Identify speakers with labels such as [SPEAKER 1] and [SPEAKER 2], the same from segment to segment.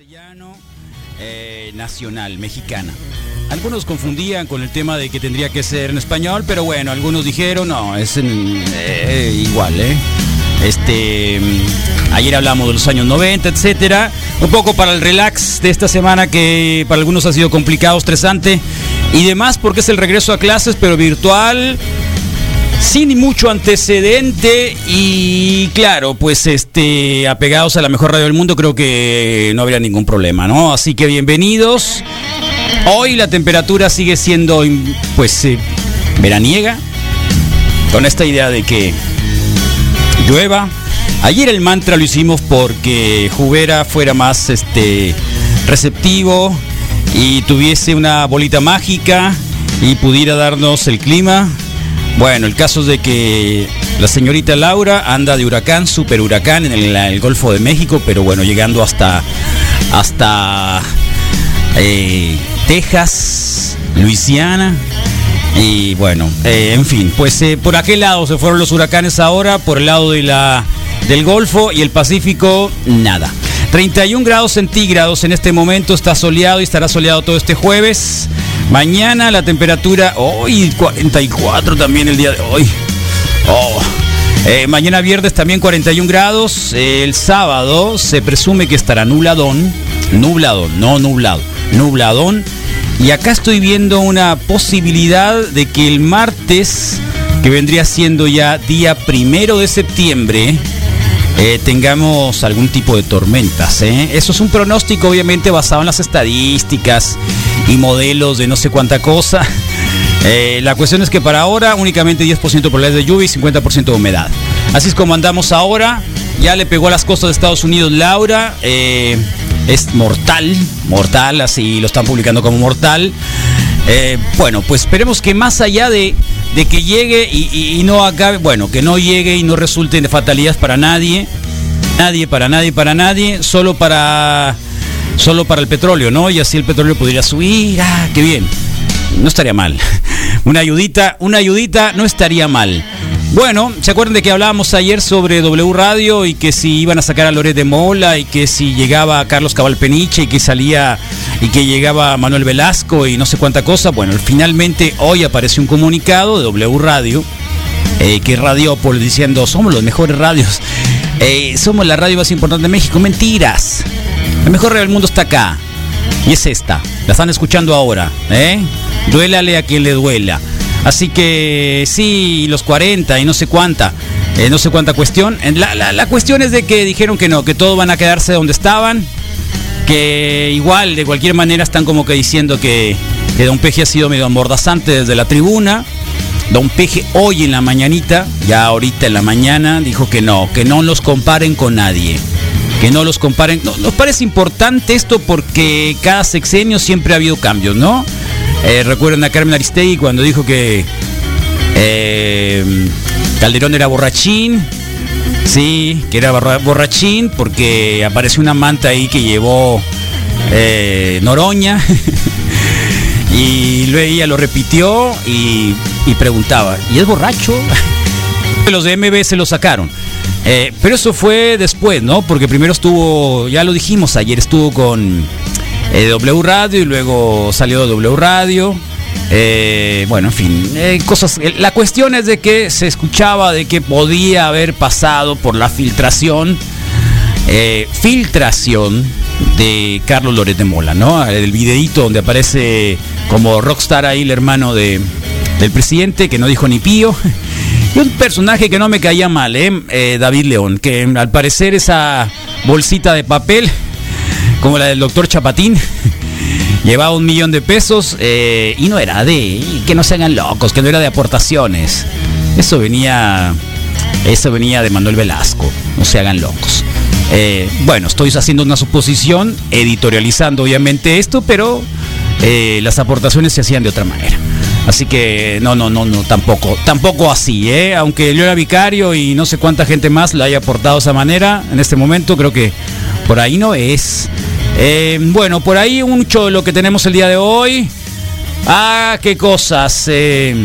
[SPEAKER 1] castellano eh, nacional, mexicana. Algunos confundían con el tema de que tendría que ser en español, pero bueno, algunos dijeron, no, es en- eh, igual, ¿eh? Este, mm, ayer hablamos de los años 90, etcétera. Un poco para el relax de esta semana que para algunos ha sido complicado, estresante y demás, porque es el regreso a clases, pero virtual, sin mucho antecedente y claro, pues este apegados a la mejor radio del mundo, creo que no habría ningún problema, ¿no? Así que bienvenidos. Hoy la temperatura sigue siendo pues eh, veraniega con esta idea de que llueva. Ayer el mantra lo hicimos porque Jubera fuera más este receptivo y tuviese una bolita mágica y pudiera darnos el clima. Bueno, el caso es de que la señorita Laura anda de huracán, super huracán en el, el Golfo de México, pero bueno, llegando hasta hasta eh, Texas, Luisiana. Y bueno, eh, en fin, pues eh, por aquel lado se fueron los huracanes ahora, por el lado de la, del Golfo y el Pacífico, nada. 31 grados centígrados en este momento, está soleado y estará soleado todo este jueves. Mañana la temperatura, hoy 44 también el día de hoy. Oh. Eh, mañana viernes también 41 grados. Eh, el sábado se presume que estará nubladón. Nubladón, no nublado. Nubladón. Y acá estoy viendo una posibilidad de que el martes, que vendría siendo ya día primero de septiembre, eh, tengamos algún tipo de tormentas. ¿eh? Eso es un pronóstico obviamente basado en las estadísticas y modelos de no sé cuánta cosa. Eh, la cuestión es que para ahora únicamente 10% probabilidades de lluvia y 50% de humedad. Así es como andamos ahora. Ya le pegó a las costas de Estados Unidos Laura. eh, es mortal, mortal, así lo están publicando como mortal. Eh, bueno, pues esperemos que más allá de, de que llegue y, y- y no acabe, bueno, que no llegue y no resulten de fatalidades para nadie. Nadie, para nadie, para nadie, solo para solo para el petróleo, ¿no? Y así el petróleo podría subir. Ah, qué bien. No estaría mal. Una ayudita, una ayudita no estaría mal. Bueno, ¿se acuerdan de que hablábamos ayer sobre W Radio y que si iban a sacar a Loret de Mola y que si llegaba Carlos Cabal Peniche y que salía y que llegaba Manuel Velasco y no sé cuánta cosa? Bueno, finalmente hoy apareció un comunicado de W Radio eh, que Radiópolis diciendo somos los mejores radios, eh, somos la radio más importante de México. Mentiras. La mejor radio del mundo está acá. Y es esta. La están escuchando ahora. ¿eh? Duélale a quien le duela. Así que sí, los 40 y no sé cuánta. eh, no sé cuánta cuestión. En La, la- la cuestión es de que dijeron que no, que todos van a quedarse donde estaban que igual de cualquier manera están como que diciendo que, que Don Peje ha sido medio amordazante desde la tribuna. Don Peje hoy en la mañanita, ya ahorita en la mañana, dijo que no, que no los comparen con nadie. Que no los comparen. No, nos parece importante esto porque cada sexenio siempre ha habido cambios, ¿no? Eh, recuerden a Carmen Aristegui cuando dijo que eh, Calderón era borrachín, Sí, que era borra- borrachín porque apareció una manta ahí que llevó eh, Noroña y luego ella lo repitió y, y preguntaba, ¿y es borracho? Los de MB se lo sacaron. Eh, pero eso fue después, ¿no? Porque primero estuvo, ya lo dijimos ayer, estuvo con eh, W Radio y luego salió de W Radio. Eh, bueno, en fin, eh, cosas. eh, La cuestión es de que se escuchaba de que podía haber pasado por la filtración, eh, filtración de Carlos Loret de Mola, ¿no? El videíto donde aparece como rockstar ahí el hermano de, del presidente que no dijo ni pío. Y un personaje que no me caía mal, ¿eh? Eh, David León, que al parecer esa bolsita de papel como la del doctor Chapatín. Llevaba un millón de pesos eh, y no era de, y que no se hagan locos, que no era de aportaciones. Eso venía, eso venía de Manuel Velasco, no se hagan locos. Eh, bueno, estoy haciendo una suposición, editorializando obviamente esto, pero eh, las aportaciones se hacían de otra manera. Así que no, no, no, no, tampoco, tampoco así, ¿eh? Aunque yo era vicario y no sé cuánta gente más la haya aportado de esa manera, en este momento creo que por ahí no es. Eh, bueno, por ahí mucho de lo que tenemos el día de hoy. Ah, qué cosas. eh,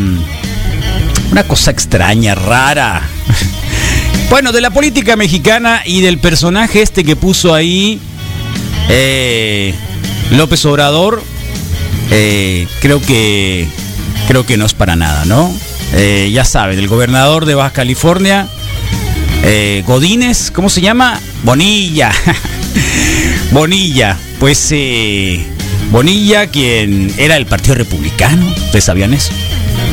[SPEAKER 1] una cosa extraña, rara. Bueno, de la política mexicana y del personaje este que puso ahí eh, López Obrador, eh, creo que creo que no es para nada, ¿no? Eh, ya saben, el gobernador de Baja California, eh, Godínez, ¿cómo se llama? Bonilla. Bonilla, pues eh, Bonilla, quien era el Partido Republicano, ¿ustedes sabían eso?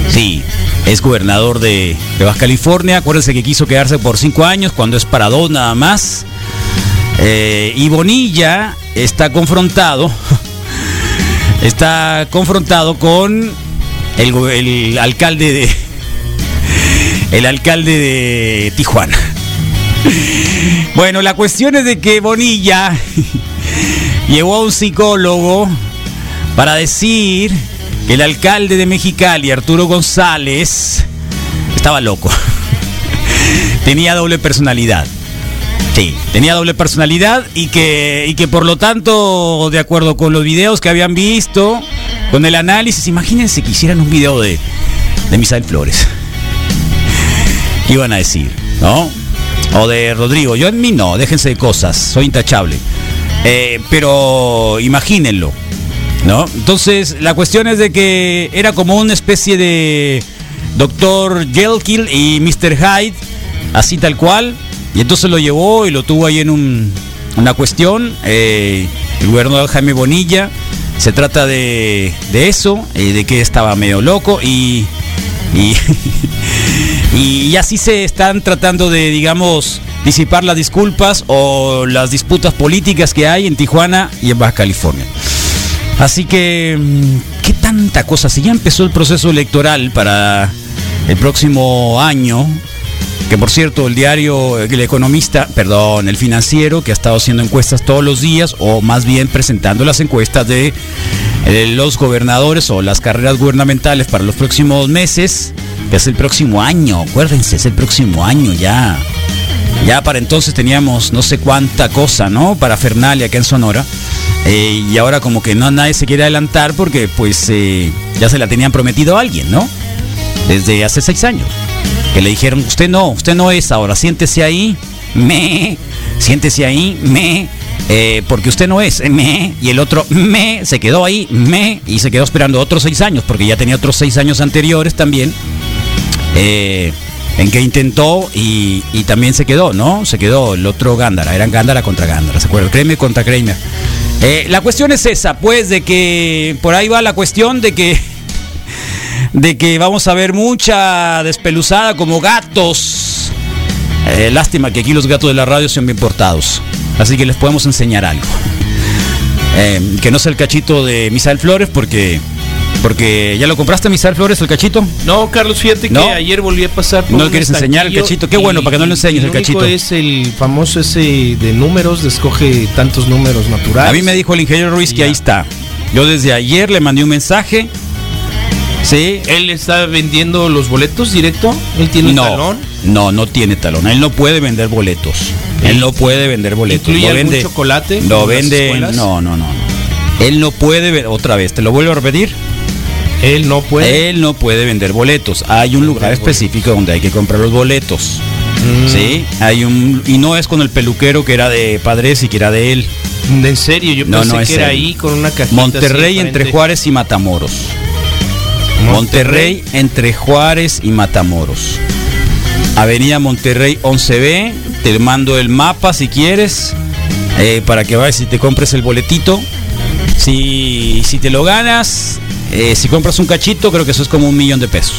[SPEAKER 1] Sí, es gobernador de, de Baja California, acuérdense que quiso quedarse por cinco años, cuando es para dos nada más. Eh, y Bonilla está confrontado, está confrontado con el, go- el alcalde de, el alcalde de Tijuana. Bueno, la cuestión es de que Bonilla llegó a un psicólogo para decir que el alcalde de Mexicali, Arturo González, estaba loco. Tenía doble personalidad. Sí, tenía doble personalidad y que, y que por lo tanto, de acuerdo con los videos que habían visto, con el análisis, imagínense que hicieran un video de, de Misael Flores. ¿Qué iban a decir? ¿No? O de Rodrigo. Yo en mí no, déjense de cosas, soy intachable. Eh, pero imagínenlo, ¿no? Entonces, la cuestión es de que era como una especie de Doctor Jekyll y Mr. Hyde, así tal cual. Y entonces lo llevó y lo tuvo ahí en un- una cuestión. eh, el gobernador Jaime Bonilla. Se trata de, de eso, eh, de que estaba medio loco y- y Y así se están tratando de, digamos, disipar las disculpas o las disputas políticas que hay en Tijuana y en Baja California. Así que, mm, ¿qué tanta cosa? Si ya empezó el proceso electoral para el próximo año, que por cierto el diario, eh, el economista, perdón, el financiero, que ha estado haciendo encuestas todos los días, o más bien presentando las encuestas de eh, los gobernadores o las carreras gubernamentales para los próximos meses, que es el próximo año, acuérdense, es el próximo año ya. Ya para entonces teníamos no sé cuánta cosa, ¿no? Para Fernalia acá en Sonora. Eh, y ahora como que no nadie se quiere adelantar porque pues eh, ya se la tenían prometido a alguien, ¿no? Desde hace seis años. Que le dijeron, usted no, usted no es ahora, siéntese ahí, me, siéntese ahí, me, eh, porque usted no es, eh, me, y el otro, me, se quedó ahí, me, y se quedó esperando otros seis años, porque ya tenía otros seis años anteriores también eh, en que intentó y, y también se quedó, ¿no? Se quedó el otro Gándara, eran Gándara contra Gándara, ¿se acuerdan? Kramer contra Kramer. Eh, la cuestión es esa, pues, de que por ahí va la cuestión de que de que vamos a ver mucha despeluzada como gatos. Eh, lástima que aquí los gatos de la radio son bien portados, así que les podemos enseñar algo. Eh, que no sea el cachito de Misael Flores, porque porque ya lo compraste, Misael Flores, el cachito.
[SPEAKER 2] No, Carlos, fíjate que
[SPEAKER 1] No.
[SPEAKER 2] ayer volví a pasar
[SPEAKER 1] No
[SPEAKER 2] un
[SPEAKER 1] lo quieres enseñar el
[SPEAKER 2] estanquillo
[SPEAKER 1] cachito. Qué bueno, para que no lo enseñes
[SPEAKER 2] y
[SPEAKER 1] el cachito.
[SPEAKER 2] único es el famoso ese de números, de escoge tantos números naturales.
[SPEAKER 1] A mí me dijo el ingeniero Ruiz que
[SPEAKER 2] Ya.
[SPEAKER 1] ahí está. Yo desde ayer le mandé un mensaje. Sí.
[SPEAKER 2] Él está vendiendo los boletos directo. Él tiene un
[SPEAKER 1] no,
[SPEAKER 2] talón.
[SPEAKER 1] no, no tiene talón. Él no puede vender boletos. Él no puede vender boletos.
[SPEAKER 2] ¿Incluye
[SPEAKER 1] lo
[SPEAKER 2] algún
[SPEAKER 1] vende,
[SPEAKER 2] chocolate
[SPEAKER 1] Lo
[SPEAKER 2] en las
[SPEAKER 1] vende.
[SPEAKER 2] escuelas?
[SPEAKER 1] No, no, no. Él no puede. ve- Otra vez, te lo vuelvo a repetir.
[SPEAKER 2] Él no puede.
[SPEAKER 1] Él no puede vender boletos. Hay un lugar específico donde hay que comprar los boletos.
[SPEAKER 2] Mm,
[SPEAKER 1] Sí. Hay un y no es con el peluquero que era de Padres y que era de él.
[SPEAKER 2] En serio, yo
[SPEAKER 1] No,
[SPEAKER 2] pensé
[SPEAKER 1] no, es
[SPEAKER 2] que era
[SPEAKER 1] él.
[SPEAKER 2] ahí con una cajita.
[SPEAKER 1] Monterrey
[SPEAKER 2] así al
[SPEAKER 1] entre
[SPEAKER 2] frente.
[SPEAKER 1] Juárez y Matamoros. Monterrey entre Juárez y Matamoros. Avenida Monterrey 11B. Te mando el mapa si quieres. eh, para que vayas y te compres el boletito. Si, si te lo ganas, eh, si compras un cachito, creo que eso es como un millón de pesos.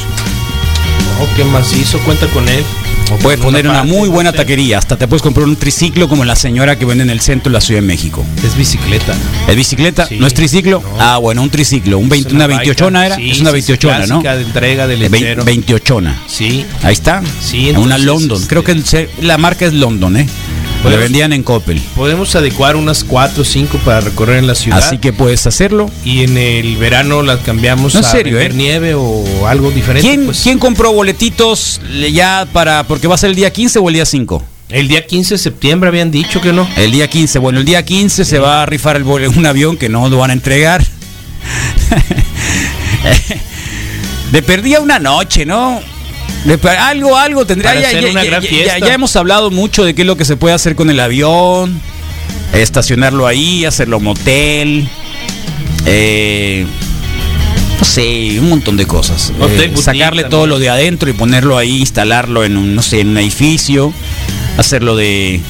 [SPEAKER 2] Oh, qué macizo, cuenta con él. O
[SPEAKER 1] Puedes
[SPEAKER 2] con
[SPEAKER 1] poner una
[SPEAKER 2] parte,
[SPEAKER 1] muy
[SPEAKER 2] no
[SPEAKER 1] buena
[SPEAKER 2] sé.
[SPEAKER 1] taquería. Hasta te puedes comprar un triciclo como la señora que vende en el centro de la Ciudad de México.
[SPEAKER 2] Es bicicleta.
[SPEAKER 1] ¿Es bicicleta?
[SPEAKER 2] Sí.
[SPEAKER 1] ¿No es triciclo?
[SPEAKER 2] No.
[SPEAKER 1] Ah, bueno, un triciclo. Un 20
[SPEAKER 2] Es
[SPEAKER 1] una
[SPEAKER 2] baica.
[SPEAKER 1] 28 era.
[SPEAKER 2] Sí,
[SPEAKER 1] es una
[SPEAKER 2] sí, sí,
[SPEAKER 1] 28 ¿no?
[SPEAKER 2] clásica de entrega del
[SPEAKER 1] Ve-
[SPEAKER 2] entero.
[SPEAKER 1] 28
[SPEAKER 2] Sí.
[SPEAKER 1] Ahí está.
[SPEAKER 2] Sí,
[SPEAKER 1] una
[SPEAKER 2] entonces,
[SPEAKER 1] London.
[SPEAKER 2] este-
[SPEAKER 1] Creo que el se- la marca es London, ¿eh?
[SPEAKER 2] Bueno,
[SPEAKER 1] Le vendían en Coppel.
[SPEAKER 2] Podemos adecuar unas 4 o 5 para recorrer en la ciudad.
[SPEAKER 1] Así que puedes hacerlo.
[SPEAKER 2] y en el verano las cambiamos
[SPEAKER 1] No, en
[SPEAKER 2] a
[SPEAKER 1] serio,
[SPEAKER 2] vender
[SPEAKER 1] ¿eh?
[SPEAKER 2] nieve o algo diferente.
[SPEAKER 1] ¿Quién,
[SPEAKER 2] pues.
[SPEAKER 1] quién compró boletitos le- ya para.? Porque va a ser el día 15 o el día 5.
[SPEAKER 2] El día 15 de septiembre habían dicho que no.
[SPEAKER 1] El día 15. Bueno, el día 15 se va a rifar el bol- un avión que no lo van a entregar. De perdía una noche, ¿no? De per- algo, algo tendría.
[SPEAKER 2] Para
[SPEAKER 1] Ya,
[SPEAKER 2] hacer
[SPEAKER 1] ya-
[SPEAKER 2] una
[SPEAKER 1] ya-
[SPEAKER 2] gran
[SPEAKER 1] ya-
[SPEAKER 2] fiesta.
[SPEAKER 1] ya hemos hablado mucho de qué es lo que se puede hacer con el avión. estacionarlo ahí, hacerlo motel, eh, no sé, un montón de cosas.
[SPEAKER 3] Hotel,
[SPEAKER 1] Eh,
[SPEAKER 3] boutique
[SPEAKER 1] sacarle
[SPEAKER 3] también.
[SPEAKER 1] todo lo de adentro y ponerlo ahí, instalarlo en un, no sé, en un edificio, hacerlo de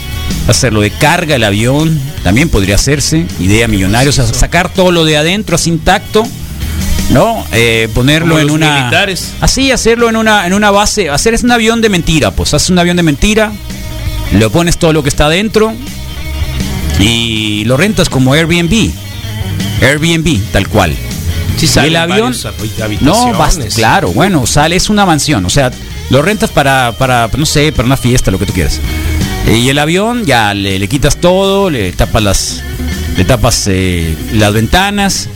[SPEAKER 1] hacerlo de carga el avión, también podría hacerse, idea millonaria, o sea, sacar todo lo de adentro así intacto. ¿no? Eh, ponerlo
[SPEAKER 3] Como
[SPEAKER 1] en
[SPEAKER 3] los
[SPEAKER 1] una.
[SPEAKER 3] militares.
[SPEAKER 1] Así, hacerlo en una, en una base. Hacer es un avión de mentira, pues. Haces un avión de mentira, lo pones todo lo que está adentro y lo rentas como Airbnb. Airbnb, tal cual.
[SPEAKER 2] Sí
[SPEAKER 1] salen el avión- varios No, basta, claro, bueno, sale, es una mansión, o sea, lo rentas para, para, no sé, para una fiesta, lo que tú quieras. Y el avión, ya le, le quitas todo, le tapas las, le tapas eh, las ventanas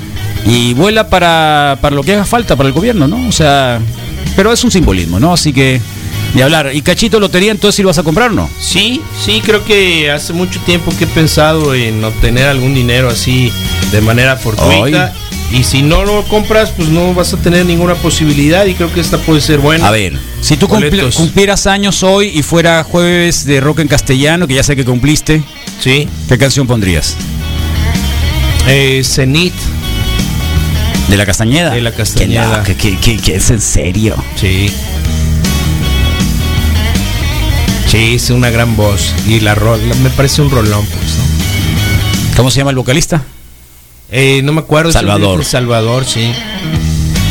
[SPEAKER 1] y vuela para, para lo que haga falta para el gobierno, ¿no? O sea, pero es un simbolismo, ¿no? Así que, de hablar. ¿Y cachito lotería entonces si lo vas a comprar o no?
[SPEAKER 2] Sí, sí, creo que hace mucho tiempo que he pensado en obtener algún dinero así de manera fortuita. Y si no lo compras, pues no vas a tener ninguna posibilidad y creo que esta puede ser buena.
[SPEAKER 1] A ver, si tú cumpli-
[SPEAKER 2] Boletos.
[SPEAKER 1] cumplieras años hoy y fuera jueves de rock en castellano, que ya sé que cumpliste,
[SPEAKER 2] Sí.
[SPEAKER 1] ¿qué canción pondrías?
[SPEAKER 2] Eh, Zenit.
[SPEAKER 1] ¿De la Castañeda?
[SPEAKER 2] De la Castañeda.
[SPEAKER 1] Que, no, que- que- que- que es en serio.
[SPEAKER 2] Sí. Sí, es una gran voz. Y la rol, me parece un rolón, pues, ¿no?
[SPEAKER 1] ¿Cómo se llama el vocalista?
[SPEAKER 2] Eh, no me acuerdo.
[SPEAKER 1] Salvador.
[SPEAKER 2] es el Salvador, sí.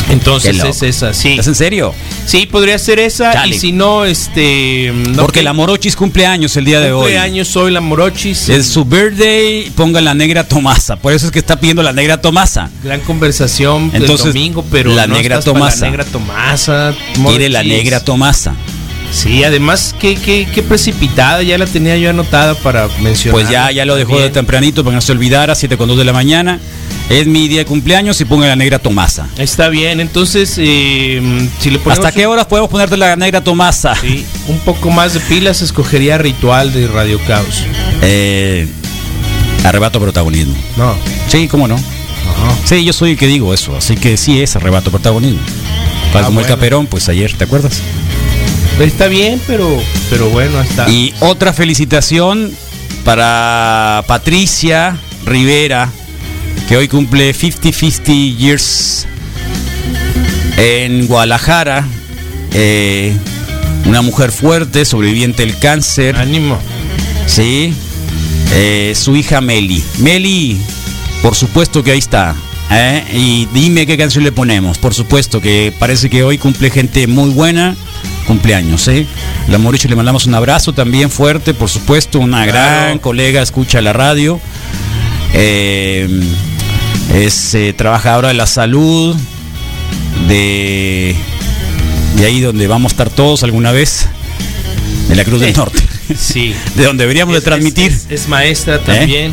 [SPEAKER 1] Qué
[SPEAKER 2] Entonces
[SPEAKER 1] loco.
[SPEAKER 2] es esa, sí.
[SPEAKER 1] ¿Es en serio?
[SPEAKER 2] Sí, podría ser esa.
[SPEAKER 1] Chale.
[SPEAKER 2] Y si no, este. No
[SPEAKER 1] Porque la Morochis cumple años el día de hoy.
[SPEAKER 2] años soy la Morochis.
[SPEAKER 1] Es su birthday, ponga la negra Tomasa. Por eso es que está pidiendo la negra Tomasa.
[SPEAKER 2] Gran conversación del
[SPEAKER 1] Entonces,
[SPEAKER 2] domingo, pero
[SPEAKER 1] la negra
[SPEAKER 2] estás para
[SPEAKER 1] Tomasa.
[SPEAKER 2] La negra Tomasa.
[SPEAKER 1] Quiere
[SPEAKER 2] Morochis.
[SPEAKER 1] la negra Tomasa.
[SPEAKER 2] Sí, además, qué, qué, qué precipitada. Ya la tenía yo anotada para mencionar.
[SPEAKER 1] Pues ya, ya lo dejó de tempranito para que no se olvidara, 7 con 2 de la mañana. Es mi día de cumpleaños y ponga la negra Tomasa.
[SPEAKER 2] Está bien, entonces, eh, si le ponemos
[SPEAKER 1] ¿Hasta qué horas podemos ponerte la negra Tomasa?
[SPEAKER 2] Sí, un poco más de pilas, escogería Ritual de Radio Caos.
[SPEAKER 1] Eh, arrebato protagonismo.
[SPEAKER 2] No,
[SPEAKER 1] Sí, cómo no.
[SPEAKER 2] no.
[SPEAKER 1] Sí, yo soy el que digo eso, así que sí es arrebato protagonismo. Tal
[SPEAKER 2] Ah,
[SPEAKER 1] como el
[SPEAKER 2] bueno.
[SPEAKER 1] caperón, pues ayer, ¿te acuerdas?
[SPEAKER 2] Pues Está bien, pero, pero bueno, hasta.
[SPEAKER 1] Y otra felicitación para Patricia Rivera, que hoy cumple 50-50 years en Guadalajara. Eh, una mujer fuerte, sobreviviente del cáncer.
[SPEAKER 2] Ánimo.
[SPEAKER 1] Sí. Eh, su hija Meli. Meli, por supuesto que ahí está. ¿eh? Y dime qué canción le ponemos. Por supuesto que parece que hoy cumple gente muy buena. Cumpleaños, ¿eh? La Mauricio le mandamos un abrazo también fuerte, por supuesto. Una gran colega, escucha la radio. Eh, es eh, trabajadora de la salud. De, de ahí donde vamos a estar todos alguna vez. De la Cruz del Norte.
[SPEAKER 2] Sí.
[SPEAKER 1] De donde deberíamos de
[SPEAKER 2] Es-
[SPEAKER 1] transmitir.
[SPEAKER 2] Es, es maestra también.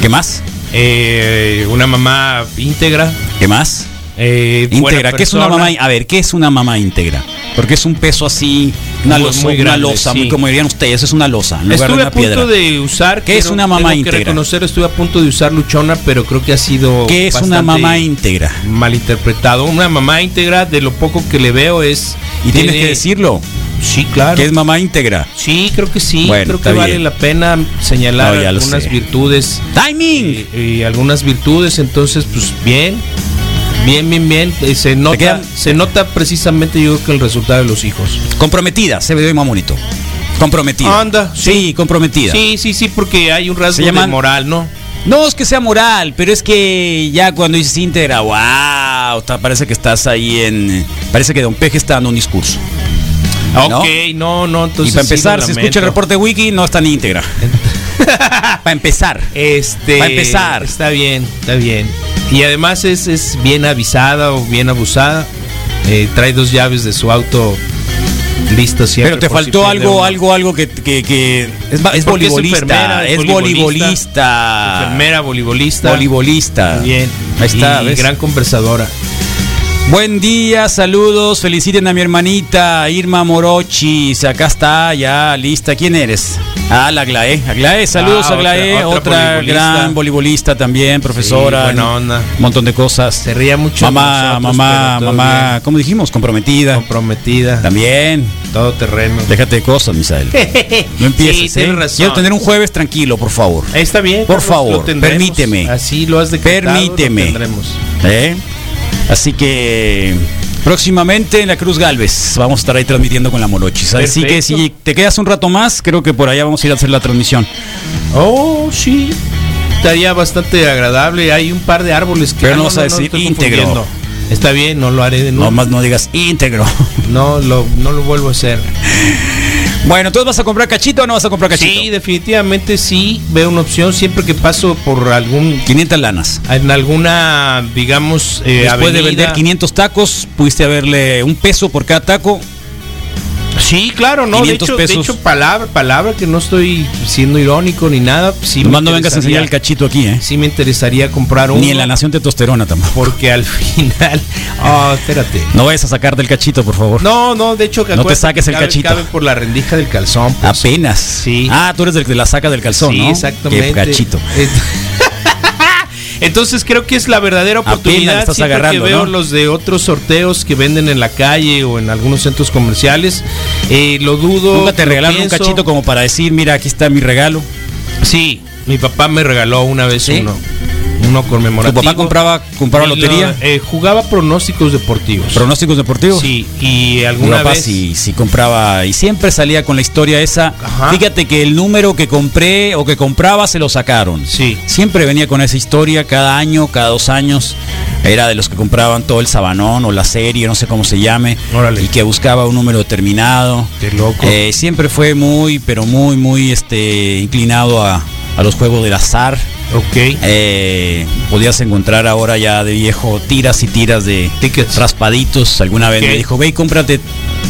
[SPEAKER 1] ¿Qué más?
[SPEAKER 2] eh, una mamá íntegra.
[SPEAKER 1] ¿Qué más?
[SPEAKER 2] eh, buena
[SPEAKER 1] Íntegra. ¿Qué es una
[SPEAKER 2] persona.
[SPEAKER 1] mamá? A ver, ¿qué es una mamá íntegra? Porque es un peso así, una
[SPEAKER 2] Muy-
[SPEAKER 1] losa,
[SPEAKER 2] muy grande,
[SPEAKER 1] una losa,
[SPEAKER 2] sí.
[SPEAKER 1] muy como dirían ustedes, es una losa, en lugar de
[SPEAKER 2] Estuve
[SPEAKER 1] una
[SPEAKER 2] a punto
[SPEAKER 1] piedra.
[SPEAKER 2] de usar.
[SPEAKER 1] ¿Qué es
[SPEAKER 2] quiero-
[SPEAKER 1] una mamá
[SPEAKER 2] tengo
[SPEAKER 1] íntegra?
[SPEAKER 2] Que reconocer, estuve a punto de usar luchona, pero creo que ha sido.
[SPEAKER 1] ¿Qué es una
[SPEAKER 2] bastante
[SPEAKER 1] mamá íntegra?
[SPEAKER 2] Malinterpretado. Una mamá íntegra, de lo poco que le veo, es.
[SPEAKER 1] Y tienes
[SPEAKER 2] tiene-
[SPEAKER 1] que decirlo,
[SPEAKER 2] Sí, claro.
[SPEAKER 1] ¿qué es mamá íntegra?
[SPEAKER 2] Sí, creo que sí.
[SPEAKER 1] Bueno,
[SPEAKER 2] creo
[SPEAKER 1] está
[SPEAKER 2] que vale
[SPEAKER 1] bien.
[SPEAKER 2] la pena señalar
[SPEAKER 1] No, ya lo
[SPEAKER 2] algunas
[SPEAKER 1] sé.
[SPEAKER 2] virtudes.
[SPEAKER 1] ¡Timing!
[SPEAKER 2] Y, y algunas virtudes, entonces, pues bien. Bien, bien, bien. Eh, Se nota,
[SPEAKER 1] quedan-
[SPEAKER 2] se nota precisamente, yo creo que el resultado de los hijos.
[SPEAKER 1] Comprometida, se ve más bonito. Comprometida.
[SPEAKER 2] Anda,
[SPEAKER 1] Sí, comprometida.
[SPEAKER 2] Sí, sí, sí, porque hay un rasgo
[SPEAKER 1] Se llaman-
[SPEAKER 2] de moral, ¿no?
[SPEAKER 1] No es que sea moral, pero es que ya cuando dices íntegra, wow, está- parece que estás ahí en. Parece que Don Peje está dando un discurso.
[SPEAKER 2] Ah,
[SPEAKER 1] ¿No?
[SPEAKER 2] Ok, no, no, entonces.
[SPEAKER 1] y para
[SPEAKER 2] sí lo
[SPEAKER 1] empezar, si
[SPEAKER 2] lamento.
[SPEAKER 1] escucha el reporte wiki, no está ni íntegra. para empezar.
[SPEAKER 2] Este.
[SPEAKER 1] Va a empezar.
[SPEAKER 2] Está bien, está bien. Y además es, es bien avisada o bien abusada. Eh, trae dos llaves de su auto listas siempre.
[SPEAKER 1] Pero te
[SPEAKER 2] por si
[SPEAKER 1] faltó
[SPEAKER 2] pierde
[SPEAKER 1] algo,
[SPEAKER 2] una.
[SPEAKER 1] algo, algo que, que- que- es, ba- es
[SPEAKER 2] Porque es
[SPEAKER 1] voleibolista,
[SPEAKER 2] enfermera,
[SPEAKER 1] es
[SPEAKER 2] es
[SPEAKER 1] voleibolista,
[SPEAKER 2] Enfermera, voleibolista.
[SPEAKER 1] voleibolista.
[SPEAKER 2] Bien.
[SPEAKER 1] Ahí está,
[SPEAKER 2] Y
[SPEAKER 1] ¿ves?
[SPEAKER 2] gran conversadora.
[SPEAKER 1] Buen día, saludos, feliciten a mi hermanita Irma Morochis, acá está, ya lista. ¿Quién eres? Ah, la Aglaé. Aglaé, saludos
[SPEAKER 2] Ah, otra-
[SPEAKER 1] Aglaé, otra,
[SPEAKER 2] otra voleibolista.
[SPEAKER 1] gran voleibolista también, profesora.
[SPEAKER 2] Sí, buena onda.
[SPEAKER 1] Un montón de cosas.
[SPEAKER 2] Se ría mucho de
[SPEAKER 1] Mamá,
[SPEAKER 2] nosotros,
[SPEAKER 1] mamá,
[SPEAKER 2] pero todo
[SPEAKER 1] mamá,
[SPEAKER 2] bien.
[SPEAKER 1] ¿cómo dijimos? Comprometida.
[SPEAKER 2] Comprometida.
[SPEAKER 1] También.
[SPEAKER 2] Todo terreno.
[SPEAKER 1] Déjate de cosas, Misael. No empieces,
[SPEAKER 2] Sí,
[SPEAKER 1] ¿eh?
[SPEAKER 2] tienes razón.
[SPEAKER 1] Quiero tener un jueves tranquilo, por favor.
[SPEAKER 2] Está bien.
[SPEAKER 1] Por
[SPEAKER 2] Carlos,
[SPEAKER 1] favor,
[SPEAKER 2] lo tendremos.
[SPEAKER 1] permíteme.
[SPEAKER 2] Así lo has decretado.
[SPEAKER 1] Permíteme.
[SPEAKER 2] Lo tendremos.
[SPEAKER 1] ¿Eh? Así que próximamente en la Cruz Galvez vamos a estar ahí transmitiendo con la Morochis. Así
[SPEAKER 2] Perfecto.
[SPEAKER 1] que si te quedas un rato más, creo que por allá vamos a ir a hacer la transmisión.
[SPEAKER 2] Oh, sí. Estaría bastante agradable. Hay un par de árboles que.
[SPEAKER 1] Pero
[SPEAKER 2] Ah,
[SPEAKER 1] no vas a decir
[SPEAKER 2] estoy
[SPEAKER 1] íntegro.
[SPEAKER 2] confundiendo. Está bien, no lo haré de nuevo.
[SPEAKER 1] Nomás no digas íntegro.
[SPEAKER 2] No, lo, no lo vuelvo a hacer.
[SPEAKER 1] Bueno, entonces vas a comprar cachito o no vas a comprar cachito?
[SPEAKER 2] Sí, definitivamente sí. Veo una opción siempre que paso por algún.
[SPEAKER 1] 500 lanas.
[SPEAKER 2] En alguna, digamos, eh,
[SPEAKER 1] Después de
[SPEAKER 2] avenida.
[SPEAKER 1] vender 500 tacos, pudiste haberle un peso por cada taco.
[SPEAKER 2] Sí, claro, no.
[SPEAKER 1] 500
[SPEAKER 2] de hecho,
[SPEAKER 1] pesos.
[SPEAKER 2] de hecho, palabra, palabra que no estoy siendo irónico ni nada. Sí me
[SPEAKER 1] Nomás no vengas a
[SPEAKER 2] interesaría-
[SPEAKER 1] enseñar el cachito aquí, ¿eh?
[SPEAKER 2] Sí me interesaría comprar uno.
[SPEAKER 1] Ni en la nación de tosterona tampoco.
[SPEAKER 2] Porque al final. Oh, espérate.
[SPEAKER 1] No vayas a sacar del cachito, por favor.
[SPEAKER 2] No, no, de hecho que
[SPEAKER 1] No te
[SPEAKER 2] acuérdate
[SPEAKER 1] saques
[SPEAKER 2] que
[SPEAKER 1] el
[SPEAKER 2] cabe-
[SPEAKER 1] cachito.
[SPEAKER 2] cabe por la rendija del calzón. pues.
[SPEAKER 1] Apenas.
[SPEAKER 2] Sí.
[SPEAKER 1] Ah, tú eres del que la saca del calzón,
[SPEAKER 2] sí,
[SPEAKER 1] ¿no?
[SPEAKER 2] exactamente.
[SPEAKER 1] Qué cachito.
[SPEAKER 2] Et- Entonces creo que es la verdadera
[SPEAKER 1] Apenas
[SPEAKER 2] oportunidad.
[SPEAKER 1] le estás
[SPEAKER 2] Siempre
[SPEAKER 1] agarrando,
[SPEAKER 2] que veo
[SPEAKER 1] ¿no?
[SPEAKER 2] los de otros sorteos que venden en la calle o en algunos centros comerciales, eh, lo dudo.
[SPEAKER 1] Nunca te
[SPEAKER 2] lo
[SPEAKER 1] regalaron un
[SPEAKER 2] pienso.
[SPEAKER 1] cachito como para decir, mira, aquí está mi regalo.
[SPEAKER 2] Sí, mi papá me regaló una vez
[SPEAKER 1] ¿Sí?
[SPEAKER 2] uno, uno
[SPEAKER 1] Tu
[SPEAKER 2] conmemorativo.
[SPEAKER 1] papá compraba, compraba
[SPEAKER 2] Y lo-
[SPEAKER 1] lotería,
[SPEAKER 2] eh, jugaba pronósticos deportivos.
[SPEAKER 1] pronósticos deportivos.
[SPEAKER 2] Sí, y
[SPEAKER 1] Mi
[SPEAKER 2] alguna
[SPEAKER 1] papá
[SPEAKER 2] vez.
[SPEAKER 1] sí, sí compraba y siempre salía con la historia esa.
[SPEAKER 2] Ajá.
[SPEAKER 1] Fíjate que el número que compré o que compraba se lo sacaron.
[SPEAKER 2] Sí.
[SPEAKER 1] Siempre venía con esa historia cada año, cada dos años. Era de los que compraban todo el sabanón o la serie, no sé cómo se llame.
[SPEAKER 2] Órale.
[SPEAKER 1] Y que buscaba un número determinado.
[SPEAKER 2] Qué loco.
[SPEAKER 1] Eh, siempre fue muy, pero muy, muy este, inclinado a, a los juegos del azar.
[SPEAKER 2] ok.
[SPEAKER 1] Eh, podías encontrar ahora ya de viejo tiras y tiras de
[SPEAKER 2] Tickets.
[SPEAKER 1] raspaditos. Alguna vez
[SPEAKER 2] Ok.
[SPEAKER 1] me dijo, ve y cómprate,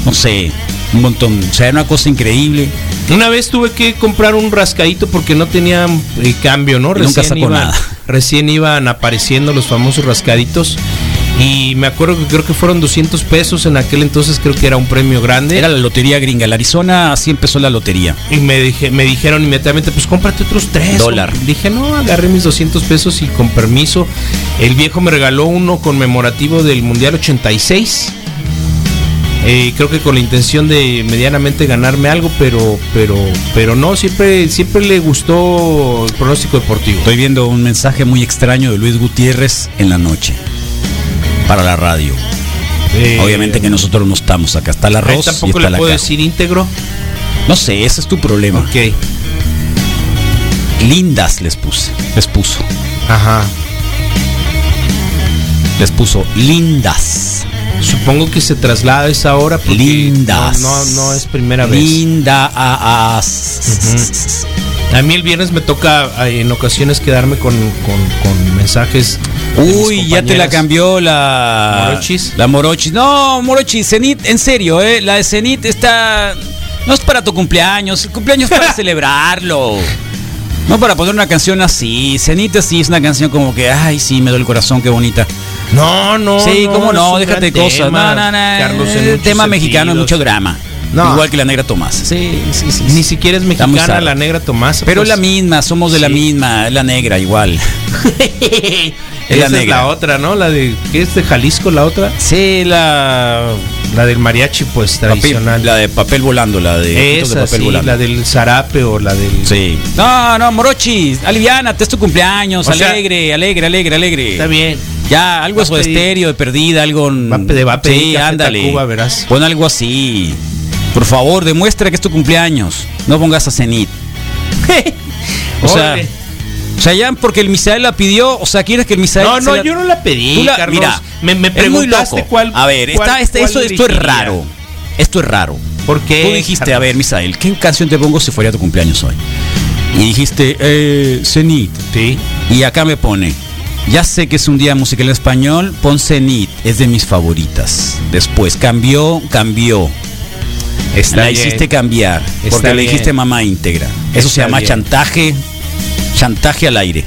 [SPEAKER 1] no sé, un montón. O sea, era una cosa increíble.
[SPEAKER 2] Una vez tuve que comprar un rascadito porque no tenía eh, cambio, ¿no?
[SPEAKER 1] Y nunca sacó
[SPEAKER 2] iban,
[SPEAKER 1] nada.
[SPEAKER 2] Recién iban apareciendo los famosos rascaditos. Y me acuerdo que creo que fueron 200 pesos en aquel entonces, creo que era un premio grande.
[SPEAKER 1] Era la lotería gringa. En Arizona así empezó la lotería.
[SPEAKER 2] y me, dije, me dijeron inmediatamente, pues cómprate otros tres.
[SPEAKER 1] Dólar.
[SPEAKER 2] Dije, no, agarré mis 200 pesos y con permiso. El viejo me regaló uno conmemorativo del Mundial 86. Eh, creo que con la intención de medianamente ganarme algo, pero, pero, pero no, siempre, siempre le gustó el pronóstico deportivo.
[SPEAKER 1] Estoy viendo un mensaje muy extraño de Luis Gutiérrez en la noche. Para la radio.
[SPEAKER 2] Eh,
[SPEAKER 1] Obviamente que nosotros no estamos acá. Está el
[SPEAKER 2] a él
[SPEAKER 1] arroz y está
[SPEAKER 2] tampoco le
[SPEAKER 1] la
[SPEAKER 2] puedo
[SPEAKER 1] carne.
[SPEAKER 2] decir íntegro.
[SPEAKER 1] No sé, ese es tu problema.
[SPEAKER 2] Ok.
[SPEAKER 1] Lindas les puse. Les puso.
[SPEAKER 2] Ajá.
[SPEAKER 1] Les puso lindas.
[SPEAKER 2] Supongo que se traslada esa hora porque
[SPEAKER 1] Lindas.
[SPEAKER 2] No, no, no es primera vez.
[SPEAKER 1] Linda. a- a- s-
[SPEAKER 2] A mí el viernes me toca ay, en ocasiones quedarme con, con- con mensajes. de mis
[SPEAKER 1] Uy, ya te la
[SPEAKER 2] compañeras.
[SPEAKER 1] cambió la
[SPEAKER 2] Morochis.
[SPEAKER 1] La Morochis. No, Morochis, Zenit, en serio, eh, la de Zenit está no es para tu cumpleaños, el cumpleaños es para celebrarlo. No para poner una canción así. Zenit sí es una canción como que, ay, sí, me duele el corazón, qué bonita.
[SPEAKER 2] No, no.
[SPEAKER 1] sí, cómo no,
[SPEAKER 2] es un
[SPEAKER 1] déjate de
[SPEAKER 2] gran
[SPEAKER 1] cosas.
[SPEAKER 2] tema,
[SPEAKER 1] no, no, no.
[SPEAKER 2] Carlos, en
[SPEAKER 1] el
[SPEAKER 2] muchos
[SPEAKER 1] tema mexicano es mucho
[SPEAKER 2] sentidos.
[SPEAKER 1] drama.
[SPEAKER 2] No.
[SPEAKER 1] Igual que la negra Tomás. Sí, sí, sí.
[SPEAKER 2] Ni siquiera es
[SPEAKER 1] Está muy
[SPEAKER 2] mexicana
[SPEAKER 1] sad.
[SPEAKER 2] la negra Tomás.
[SPEAKER 1] Pero es
[SPEAKER 2] pues.
[SPEAKER 1] la misma, somos de la
[SPEAKER 2] Sí.
[SPEAKER 1] misma, es la negra igual.
[SPEAKER 2] Esa
[SPEAKER 1] es la
[SPEAKER 2] es
[SPEAKER 1] negra.
[SPEAKER 2] la otra, ¿no? La de. ¿Qué es de Jalisco la otra?
[SPEAKER 1] Sí, la
[SPEAKER 2] La del mariachi, pues tradicional.
[SPEAKER 1] Papel- la de papel volando, la de ojitos
[SPEAKER 2] Esa,
[SPEAKER 1] de papel
[SPEAKER 2] sí,
[SPEAKER 1] volando.
[SPEAKER 2] la del zarape o la del.
[SPEAKER 1] Sí. No, no, Morochi, aliviánate, es tu cumpleaños,
[SPEAKER 2] O sea-
[SPEAKER 1] alegre, alegre, alegre, alegre.
[SPEAKER 2] Está bien.
[SPEAKER 1] Ya, algo
[SPEAKER 2] Va a
[SPEAKER 1] eso de
[SPEAKER 2] pedir-
[SPEAKER 1] estéreo, de perdida, algo. en-
[SPEAKER 2] Va a pe- va a pedir
[SPEAKER 1] sí,
[SPEAKER 2] Café
[SPEAKER 1] ándale.
[SPEAKER 2] Tacuba, verás.
[SPEAKER 1] Pon algo así. Por favor, demuestra que es tu cumpleaños. No pongas a Cenit. O sea,
[SPEAKER 2] Órale.
[SPEAKER 1] o sea, ya porque el Misael la pidió, o sea, quieres que el Misael.
[SPEAKER 2] No,
[SPEAKER 1] se
[SPEAKER 2] no,
[SPEAKER 1] la-
[SPEAKER 2] yo no la pedí,
[SPEAKER 1] Tú la-
[SPEAKER 2] Carlos.
[SPEAKER 1] Mira,
[SPEAKER 2] me, me
[SPEAKER 1] es muy
[SPEAKER 2] preguntaste
[SPEAKER 1] loco.
[SPEAKER 2] cuál.
[SPEAKER 1] A ver, está,
[SPEAKER 2] cuál-
[SPEAKER 1] este,
[SPEAKER 2] cuál
[SPEAKER 1] eso, esto es
[SPEAKER 2] elegiría.
[SPEAKER 1] raro. Esto es raro.
[SPEAKER 2] ¿Por qué?
[SPEAKER 1] Tú dijiste,
[SPEAKER 2] Carlos?
[SPEAKER 1] a ver, Misael, ¿qué canción te pongo si fuera tu cumpleaños hoy? Y dijiste, eh, Cenit.
[SPEAKER 2] Sí.
[SPEAKER 1] Y acá me pone, ya sé que es un día musical en español, pon Cenit, es de mis favoritas. Después, cambió, cambió. la
[SPEAKER 2] bien.
[SPEAKER 1] hiciste cambiar,
[SPEAKER 2] Está
[SPEAKER 1] porque le
[SPEAKER 2] bien.
[SPEAKER 1] dijiste mamá íntegra. Eso se
[SPEAKER 2] Está
[SPEAKER 1] llama
[SPEAKER 2] bien.
[SPEAKER 1] chantaje, chantaje al aire.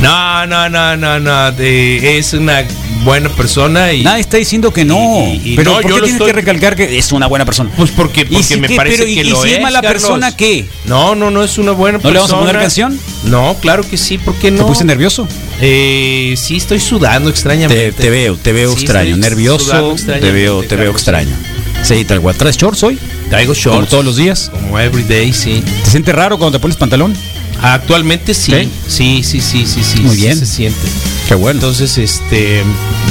[SPEAKER 2] No, no, no, no, no. de- es una buena persona y.
[SPEAKER 1] Nadie está diciendo que no,
[SPEAKER 2] y- y- y
[SPEAKER 1] pero
[SPEAKER 2] no,
[SPEAKER 1] ¿por qué
[SPEAKER 2] yo lo
[SPEAKER 1] tienes
[SPEAKER 2] estoy-
[SPEAKER 1] que recalcar que es una buena persona?
[SPEAKER 2] Pues porque,
[SPEAKER 1] ¿Y
[SPEAKER 2] porque
[SPEAKER 1] si
[SPEAKER 2] me
[SPEAKER 1] qué?
[SPEAKER 2] parece
[SPEAKER 1] Pero, ¿y-
[SPEAKER 2] que
[SPEAKER 1] y
[SPEAKER 2] lo
[SPEAKER 1] si es mala
[SPEAKER 2] Carlos.
[SPEAKER 1] persona, qué?
[SPEAKER 2] No, no, no es una buena
[SPEAKER 1] ¿No
[SPEAKER 2] persona.
[SPEAKER 1] le vamos a poner canción?
[SPEAKER 2] No, claro que sí, ¿por qué
[SPEAKER 1] ¿Te
[SPEAKER 2] no?
[SPEAKER 1] pusiste nervioso?
[SPEAKER 2] Eh, sí, estoy sudando extrañamente.
[SPEAKER 1] Te, te veo, te veo
[SPEAKER 2] Sí,
[SPEAKER 1] extraño,
[SPEAKER 2] estoy sudando
[SPEAKER 1] nervioso, te
[SPEAKER 2] extrañamente,
[SPEAKER 1] veo, te veo
[SPEAKER 2] Carlos.
[SPEAKER 1] extraño. Sí, tal cual. ¿Traes shorts hoy?
[SPEAKER 2] Traigo
[SPEAKER 1] Como
[SPEAKER 2] shorts.
[SPEAKER 1] todos los días.
[SPEAKER 2] Como everyday, sí.
[SPEAKER 1] ¿Te sientes raro cuando te pones pantalón?
[SPEAKER 2] Actualmente sí.
[SPEAKER 1] ¿Sí?
[SPEAKER 2] Sí, sí, sí, sí, sí.
[SPEAKER 1] Muy
[SPEAKER 2] sí
[SPEAKER 1] bien.
[SPEAKER 2] Se siente.
[SPEAKER 1] Qué bueno.
[SPEAKER 2] Entonces, este.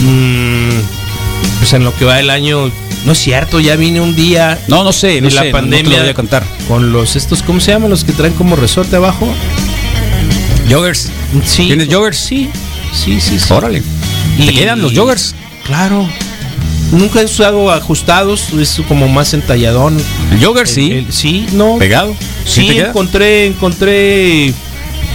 [SPEAKER 2] mm, pues en lo que va el año. No es cierto, ya vine un día
[SPEAKER 1] No, no sé, no
[SPEAKER 2] de la
[SPEAKER 1] sé, no-
[SPEAKER 2] pandemia.
[SPEAKER 1] no te lo voy a contar.
[SPEAKER 2] Con los estos, ¿cómo se llaman? Los que traen como resorte abajo.
[SPEAKER 1] Joggers.
[SPEAKER 2] Sí.
[SPEAKER 1] ¿Tienes joggers?
[SPEAKER 2] Sí. Sí, sí, sí.
[SPEAKER 1] Órale. ¿Te
[SPEAKER 2] Y-
[SPEAKER 1] quedan los joggers?
[SPEAKER 2] Claro. Nunca he usado ajustados, es como más entalladón.
[SPEAKER 1] El jogger sí.
[SPEAKER 2] El- el- sí, no.
[SPEAKER 1] ¿Pegado?
[SPEAKER 2] Sí,
[SPEAKER 1] te queda?
[SPEAKER 2] encontré, encontré.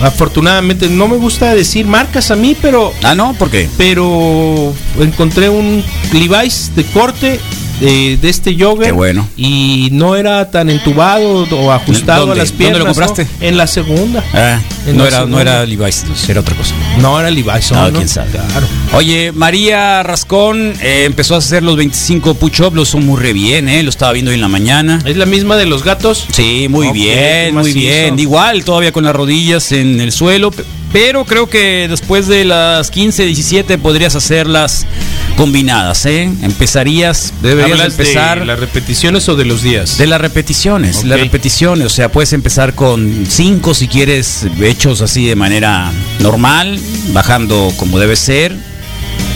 [SPEAKER 2] Afortunadamente, no me gusta decir marcas a mí, pero
[SPEAKER 1] Ah, no, ¿por qué?
[SPEAKER 2] pero encontré un Levi's de corte eh, de este jogger.
[SPEAKER 1] Qué bueno.
[SPEAKER 2] Y no era tan entubado o ajustado
[SPEAKER 1] ¿Dónde?
[SPEAKER 2] a las
[SPEAKER 1] ¿Dónde
[SPEAKER 2] piernas.
[SPEAKER 1] lo
[SPEAKER 2] ¿no?
[SPEAKER 1] compraste?
[SPEAKER 2] En la segunda.
[SPEAKER 1] Ah,
[SPEAKER 2] En
[SPEAKER 1] no,
[SPEAKER 2] la
[SPEAKER 1] era, no
[SPEAKER 2] segunda.
[SPEAKER 1] era Levi's, era otra cosa.
[SPEAKER 2] No era Levi's.
[SPEAKER 1] No,
[SPEAKER 2] ¿no?
[SPEAKER 1] Ah, quién sabe.
[SPEAKER 2] Claro.
[SPEAKER 1] Oye, María Rascón eh, empezó a hacer los 25 push-ups, lo hizo muy re bien, eh, lo estaba viendo hoy en la mañana.
[SPEAKER 2] ¿Es la misma de los gatos?
[SPEAKER 1] Sí, muy
[SPEAKER 2] Ok,
[SPEAKER 1] bien, muy
[SPEAKER 2] macizo.
[SPEAKER 1] bien. Igual, todavía con las rodillas en el suelo, pe- pero creo que después de las 15, 17 podrías hacerlas combinadas, ¿eh? Empezarías, deberías
[SPEAKER 2] ¿Hablas
[SPEAKER 1] empezar
[SPEAKER 2] de las repeticiones o de los días?
[SPEAKER 1] Pues, De las repeticiones,
[SPEAKER 2] Ok.
[SPEAKER 1] las repeticiones, o sea, puedes empezar con cinco si quieres, hechos así de manera normal, bajando como debe ser.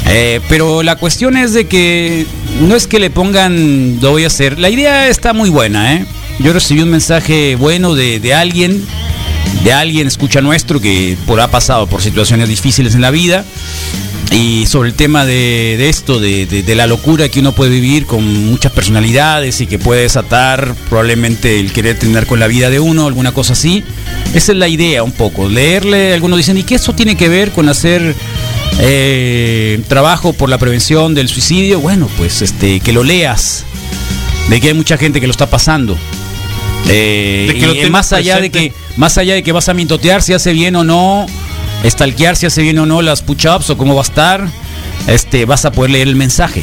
[SPEAKER 1] Eh, pero la cuestión es de que no es que le pongan lo voy a hacer. La idea está muy buena, ¿eh? Yo recibí un mensaje bueno de, de alguien, de alguien escucha nuestro que por, ha pasado por situaciones difíciles en la vida. Y sobre el tema de, de esto, de, de- de la locura que uno puede vivir con muchas personalidades y que puede desatar probablemente el querer terminar con la vida de uno, alguna cosa así. Esa es la idea un poco, leerle, algunos dicen, ¿y qué eso tiene que ver con hacer eh, trabajo por la prevención del suicidio? Bueno, pues este, que lo leas, de que hay mucha gente que lo está pasando. Eh,
[SPEAKER 2] De que lo
[SPEAKER 1] y
[SPEAKER 2] tengas
[SPEAKER 1] más allá de
[SPEAKER 2] presente.
[SPEAKER 1] que más allá de que vas a mintotear si hace bien o no, estalquear si hace bien o no las push-ups o cómo va a estar, este, vas a poder leer el mensaje.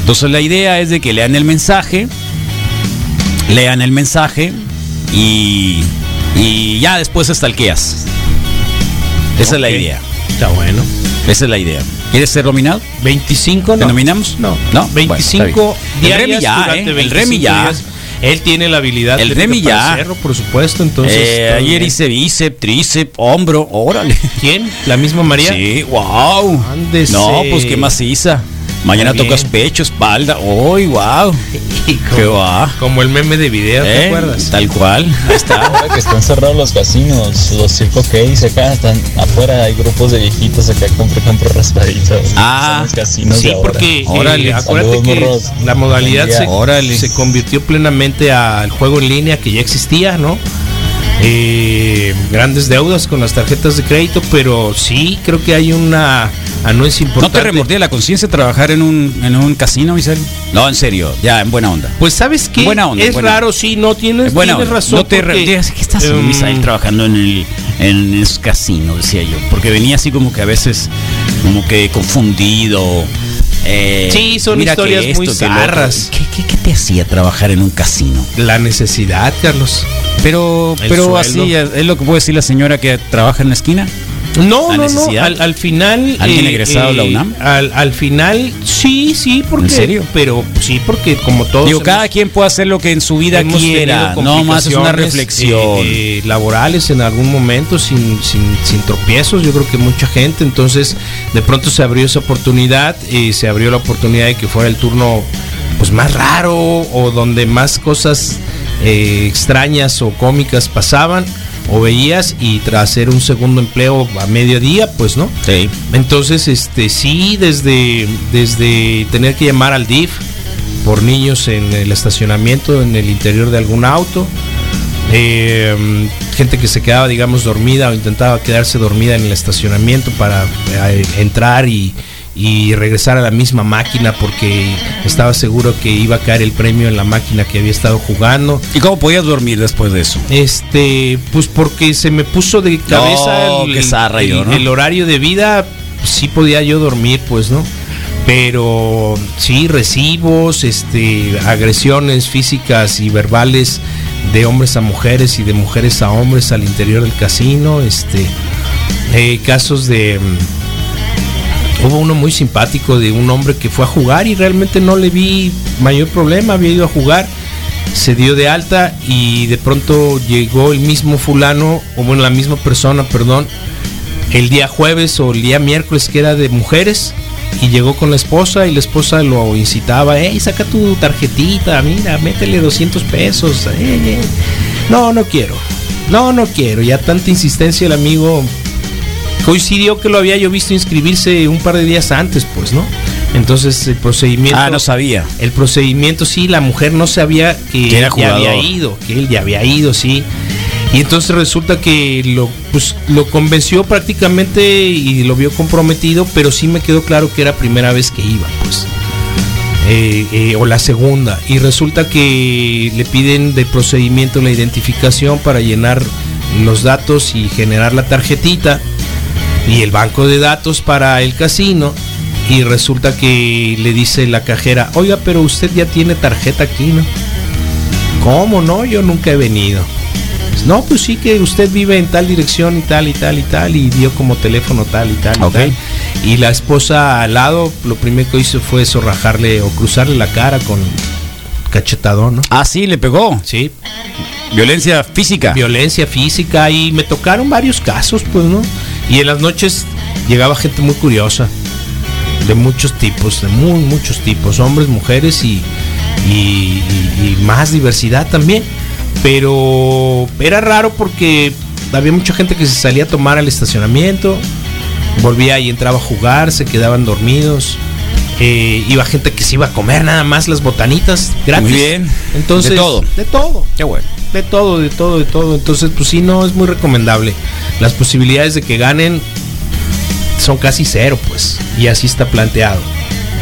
[SPEAKER 1] Entonces la idea es de que lean el mensaje, lean el mensaje y, y ya después estalqueas. Esa es la
[SPEAKER 2] Ok.
[SPEAKER 1] idea.
[SPEAKER 2] Está bueno.
[SPEAKER 1] Esa es la idea. ¿Quieres ser nominado?
[SPEAKER 2] ¿25
[SPEAKER 1] ¿Te
[SPEAKER 2] no?
[SPEAKER 1] nominamos?
[SPEAKER 2] No.
[SPEAKER 1] No. Bueno, está
[SPEAKER 2] 25
[SPEAKER 1] bien. El
[SPEAKER 2] diarias
[SPEAKER 1] Remy ya,
[SPEAKER 2] durante
[SPEAKER 1] ¿eh? El
[SPEAKER 2] 25
[SPEAKER 1] Remy ya.
[SPEAKER 2] días. Él tiene la habilidad
[SPEAKER 1] El
[SPEAKER 2] de
[SPEAKER 1] Remy ya.
[SPEAKER 2] hacerlo, por supuesto. Entonces,
[SPEAKER 1] Eh,
[SPEAKER 2] todo
[SPEAKER 1] ayer
[SPEAKER 2] bien.
[SPEAKER 1] hice bíceps, tríceps, hombro, órale.
[SPEAKER 2] ¿Quién? ¿La misma María?
[SPEAKER 1] Sí, wow.
[SPEAKER 2] Ándese.
[SPEAKER 1] No, pues qué maciza. Mañana
[SPEAKER 2] Muy bien.
[SPEAKER 1] tocas pecho, espalda. ¡Uy, wow! ¡Qué va!
[SPEAKER 2] Como el meme de video, ¿te
[SPEAKER 1] Eh,
[SPEAKER 2] acuerdas?
[SPEAKER 1] Tal cual. Ahí está.
[SPEAKER 3] Ahora que están cerrados los casinos, los circo K's acá están afuera, hay grupos de viejitos acá con, por ejemplo, raspaditas.
[SPEAKER 1] Ah,
[SPEAKER 3] Son los casinos
[SPEAKER 2] sí,
[SPEAKER 3] de ahora.
[SPEAKER 2] porque eh,
[SPEAKER 1] Órale.
[SPEAKER 2] acuérdate
[SPEAKER 3] Saludos,
[SPEAKER 2] que
[SPEAKER 3] morros.
[SPEAKER 2] la modalidad
[SPEAKER 3] Buen día.
[SPEAKER 2] se,
[SPEAKER 1] Órale.
[SPEAKER 2] se convirtió plenamente al juego en línea que ya existía, ¿no? Eh, grandes deudas con las tarjetas de crédito, pero sí creo que hay una anuencia
[SPEAKER 1] ¿No
[SPEAKER 2] importante.
[SPEAKER 1] te remordía la conciencia trabajar en un, en un casino, Isabel? No, en serio, ya, en buena onda.
[SPEAKER 2] Pues sabes que
[SPEAKER 1] Buena onda,
[SPEAKER 2] es
[SPEAKER 1] buena
[SPEAKER 2] raro, sí, no tienes,
[SPEAKER 1] En buena
[SPEAKER 2] Pues tienes
[SPEAKER 1] onda.
[SPEAKER 2] razón.
[SPEAKER 1] no te
[SPEAKER 2] porque,
[SPEAKER 1] remordías. ¿Qué estás haciendo,
[SPEAKER 2] em,
[SPEAKER 1] Misael, trabajando en el en esos casinos, decía yo? Porque venía así como que a veces, como que confundido. eh,
[SPEAKER 2] Sí, son
[SPEAKER 1] mira que
[SPEAKER 2] historias muy
[SPEAKER 1] esto, que lo otro.
[SPEAKER 2] zarras.
[SPEAKER 1] ¿Qué- qué, qué te hacía trabajar en un casino?
[SPEAKER 2] La necesidad, Carlos.
[SPEAKER 1] Pero,
[SPEAKER 2] El
[SPEAKER 1] pero
[SPEAKER 2] sueldo.
[SPEAKER 1] así es es lo que puede decir la señora que trabaja en la esquina.
[SPEAKER 2] No,
[SPEAKER 1] La
[SPEAKER 2] no, no.
[SPEAKER 1] necesidad.
[SPEAKER 2] Al, al final. eh,
[SPEAKER 1] ¿Alguien egresado de la UNAM?
[SPEAKER 2] Al, al final, sí, sí, porque.
[SPEAKER 1] ¿En serio?
[SPEAKER 2] Pero sí, porque como todos.
[SPEAKER 1] Digo,
[SPEAKER 2] hemos-
[SPEAKER 1] cada quien puede hacer lo que en su vida
[SPEAKER 2] hemos
[SPEAKER 1] quiera.
[SPEAKER 2] tenido
[SPEAKER 1] No más es una
[SPEAKER 2] complicaciones,
[SPEAKER 1] reflexión.
[SPEAKER 2] eh, eh, laborales en algún momento, sin, sin, sin tropiezos, yo creo que mucha gente. Entonces, de pronto se abrió esa oportunidad y se abrió la oportunidad de que fuera el turno pues más raro o donde más cosas eh, extrañas o cómicas pasaban o veías y tras hacer un segundo empleo a mediodía, pues no.
[SPEAKER 1] Sí.
[SPEAKER 2] Entonces, este, sí, desde, desde tener que llamar al DIF por niños en el estacionamiento, en el interior de algún auto, eh, gente que se quedaba, digamos, dormida o intentaba quedarse dormida en el estacionamiento para eh, entrar y, y regresar a la misma máquina porque estaba seguro que iba a caer el premio en la máquina que había estado jugando.
[SPEAKER 1] ¿Y cómo podías dormir después de eso?
[SPEAKER 2] Este, pues porque se me puso de cabeza
[SPEAKER 1] No, qué zarra
[SPEAKER 2] el-
[SPEAKER 1] yo, ¿no?
[SPEAKER 2] el horario de vida, sí podía yo dormir, pues, ¿no? Pero sí, recibos, este, agresiones físicas y verbales de hombres a mujeres y de mujeres a hombres al interior del casino, este, eh, casos de... mm, Hubo uno muy simpático de un hombre que fue a jugar y realmente no le vi mayor problema, había ido a jugar, se dio de alta y de pronto llegó el mismo fulano, o bueno, la misma persona, perdón, el día jueves o el día miércoles que era de mujeres y llegó con la esposa y la esposa lo incitaba, hey, saca tu tarjetita, mira, métele 200 pesos, eh, eh". no, no quiero, no, no quiero, ya tanta insistencia el amigo coincidió que lo había yo visto inscribirse un par de días antes, pues, ¿no? Entonces el procedimiento...
[SPEAKER 1] Ah, no sabía.
[SPEAKER 2] El procedimiento, sí, la mujer no sabía que,
[SPEAKER 1] Que era
[SPEAKER 2] él ya había
[SPEAKER 1] jugador.
[SPEAKER 2] ido, que él ya había ido, sí. Y entonces resulta que lo, pues, lo convenció prácticamente y lo vio comprometido, pero sí me quedó claro que era primera vez que iba, pues. Eh, eh, o la segunda. Y resulta que le piden de procedimiento la identificación para llenar los datos y generar la tarjetita y el banco de datos para el casino. Y resulta que le dice la cajera, oiga, pero usted ya tiene tarjeta aquí, ¿no? ¿Cómo no? Yo nunca he venido. Pues, No, pues sí que usted vive en tal dirección y tal y tal y tal y dio como teléfono tal y tal y
[SPEAKER 1] Ok.
[SPEAKER 2] tal. Y la esposa al lado, lo primero que hizo fue zorrajarle o cruzarle la cara con cachetadón, ¿no?
[SPEAKER 1] Ah, sí, le pegó.
[SPEAKER 2] Sí,
[SPEAKER 1] Violencia física.
[SPEAKER 2] violencia física y me tocaron varios casos, pues, ¿no? Y en las noches llegaba gente muy curiosa, de muchos tipos, de muy, muchos tipos, hombres, mujeres y, y- y- y más diversidad también. Pero era raro porque había mucha gente que se salía a tomar al estacionamiento, volvía y entraba a jugar, se quedaban dormidos. eh, iba gente que se iba a comer nada más las botanitas gratis.
[SPEAKER 1] Muy bien.
[SPEAKER 2] Entonces,
[SPEAKER 1] De todo.
[SPEAKER 2] De todo.
[SPEAKER 1] Qué bueno.
[SPEAKER 2] De todo, de todo, de todo. Entonces, pues sí, no, es muy recomendable. Las posibilidades de que ganen son casi cero, pues. Y así está planteado.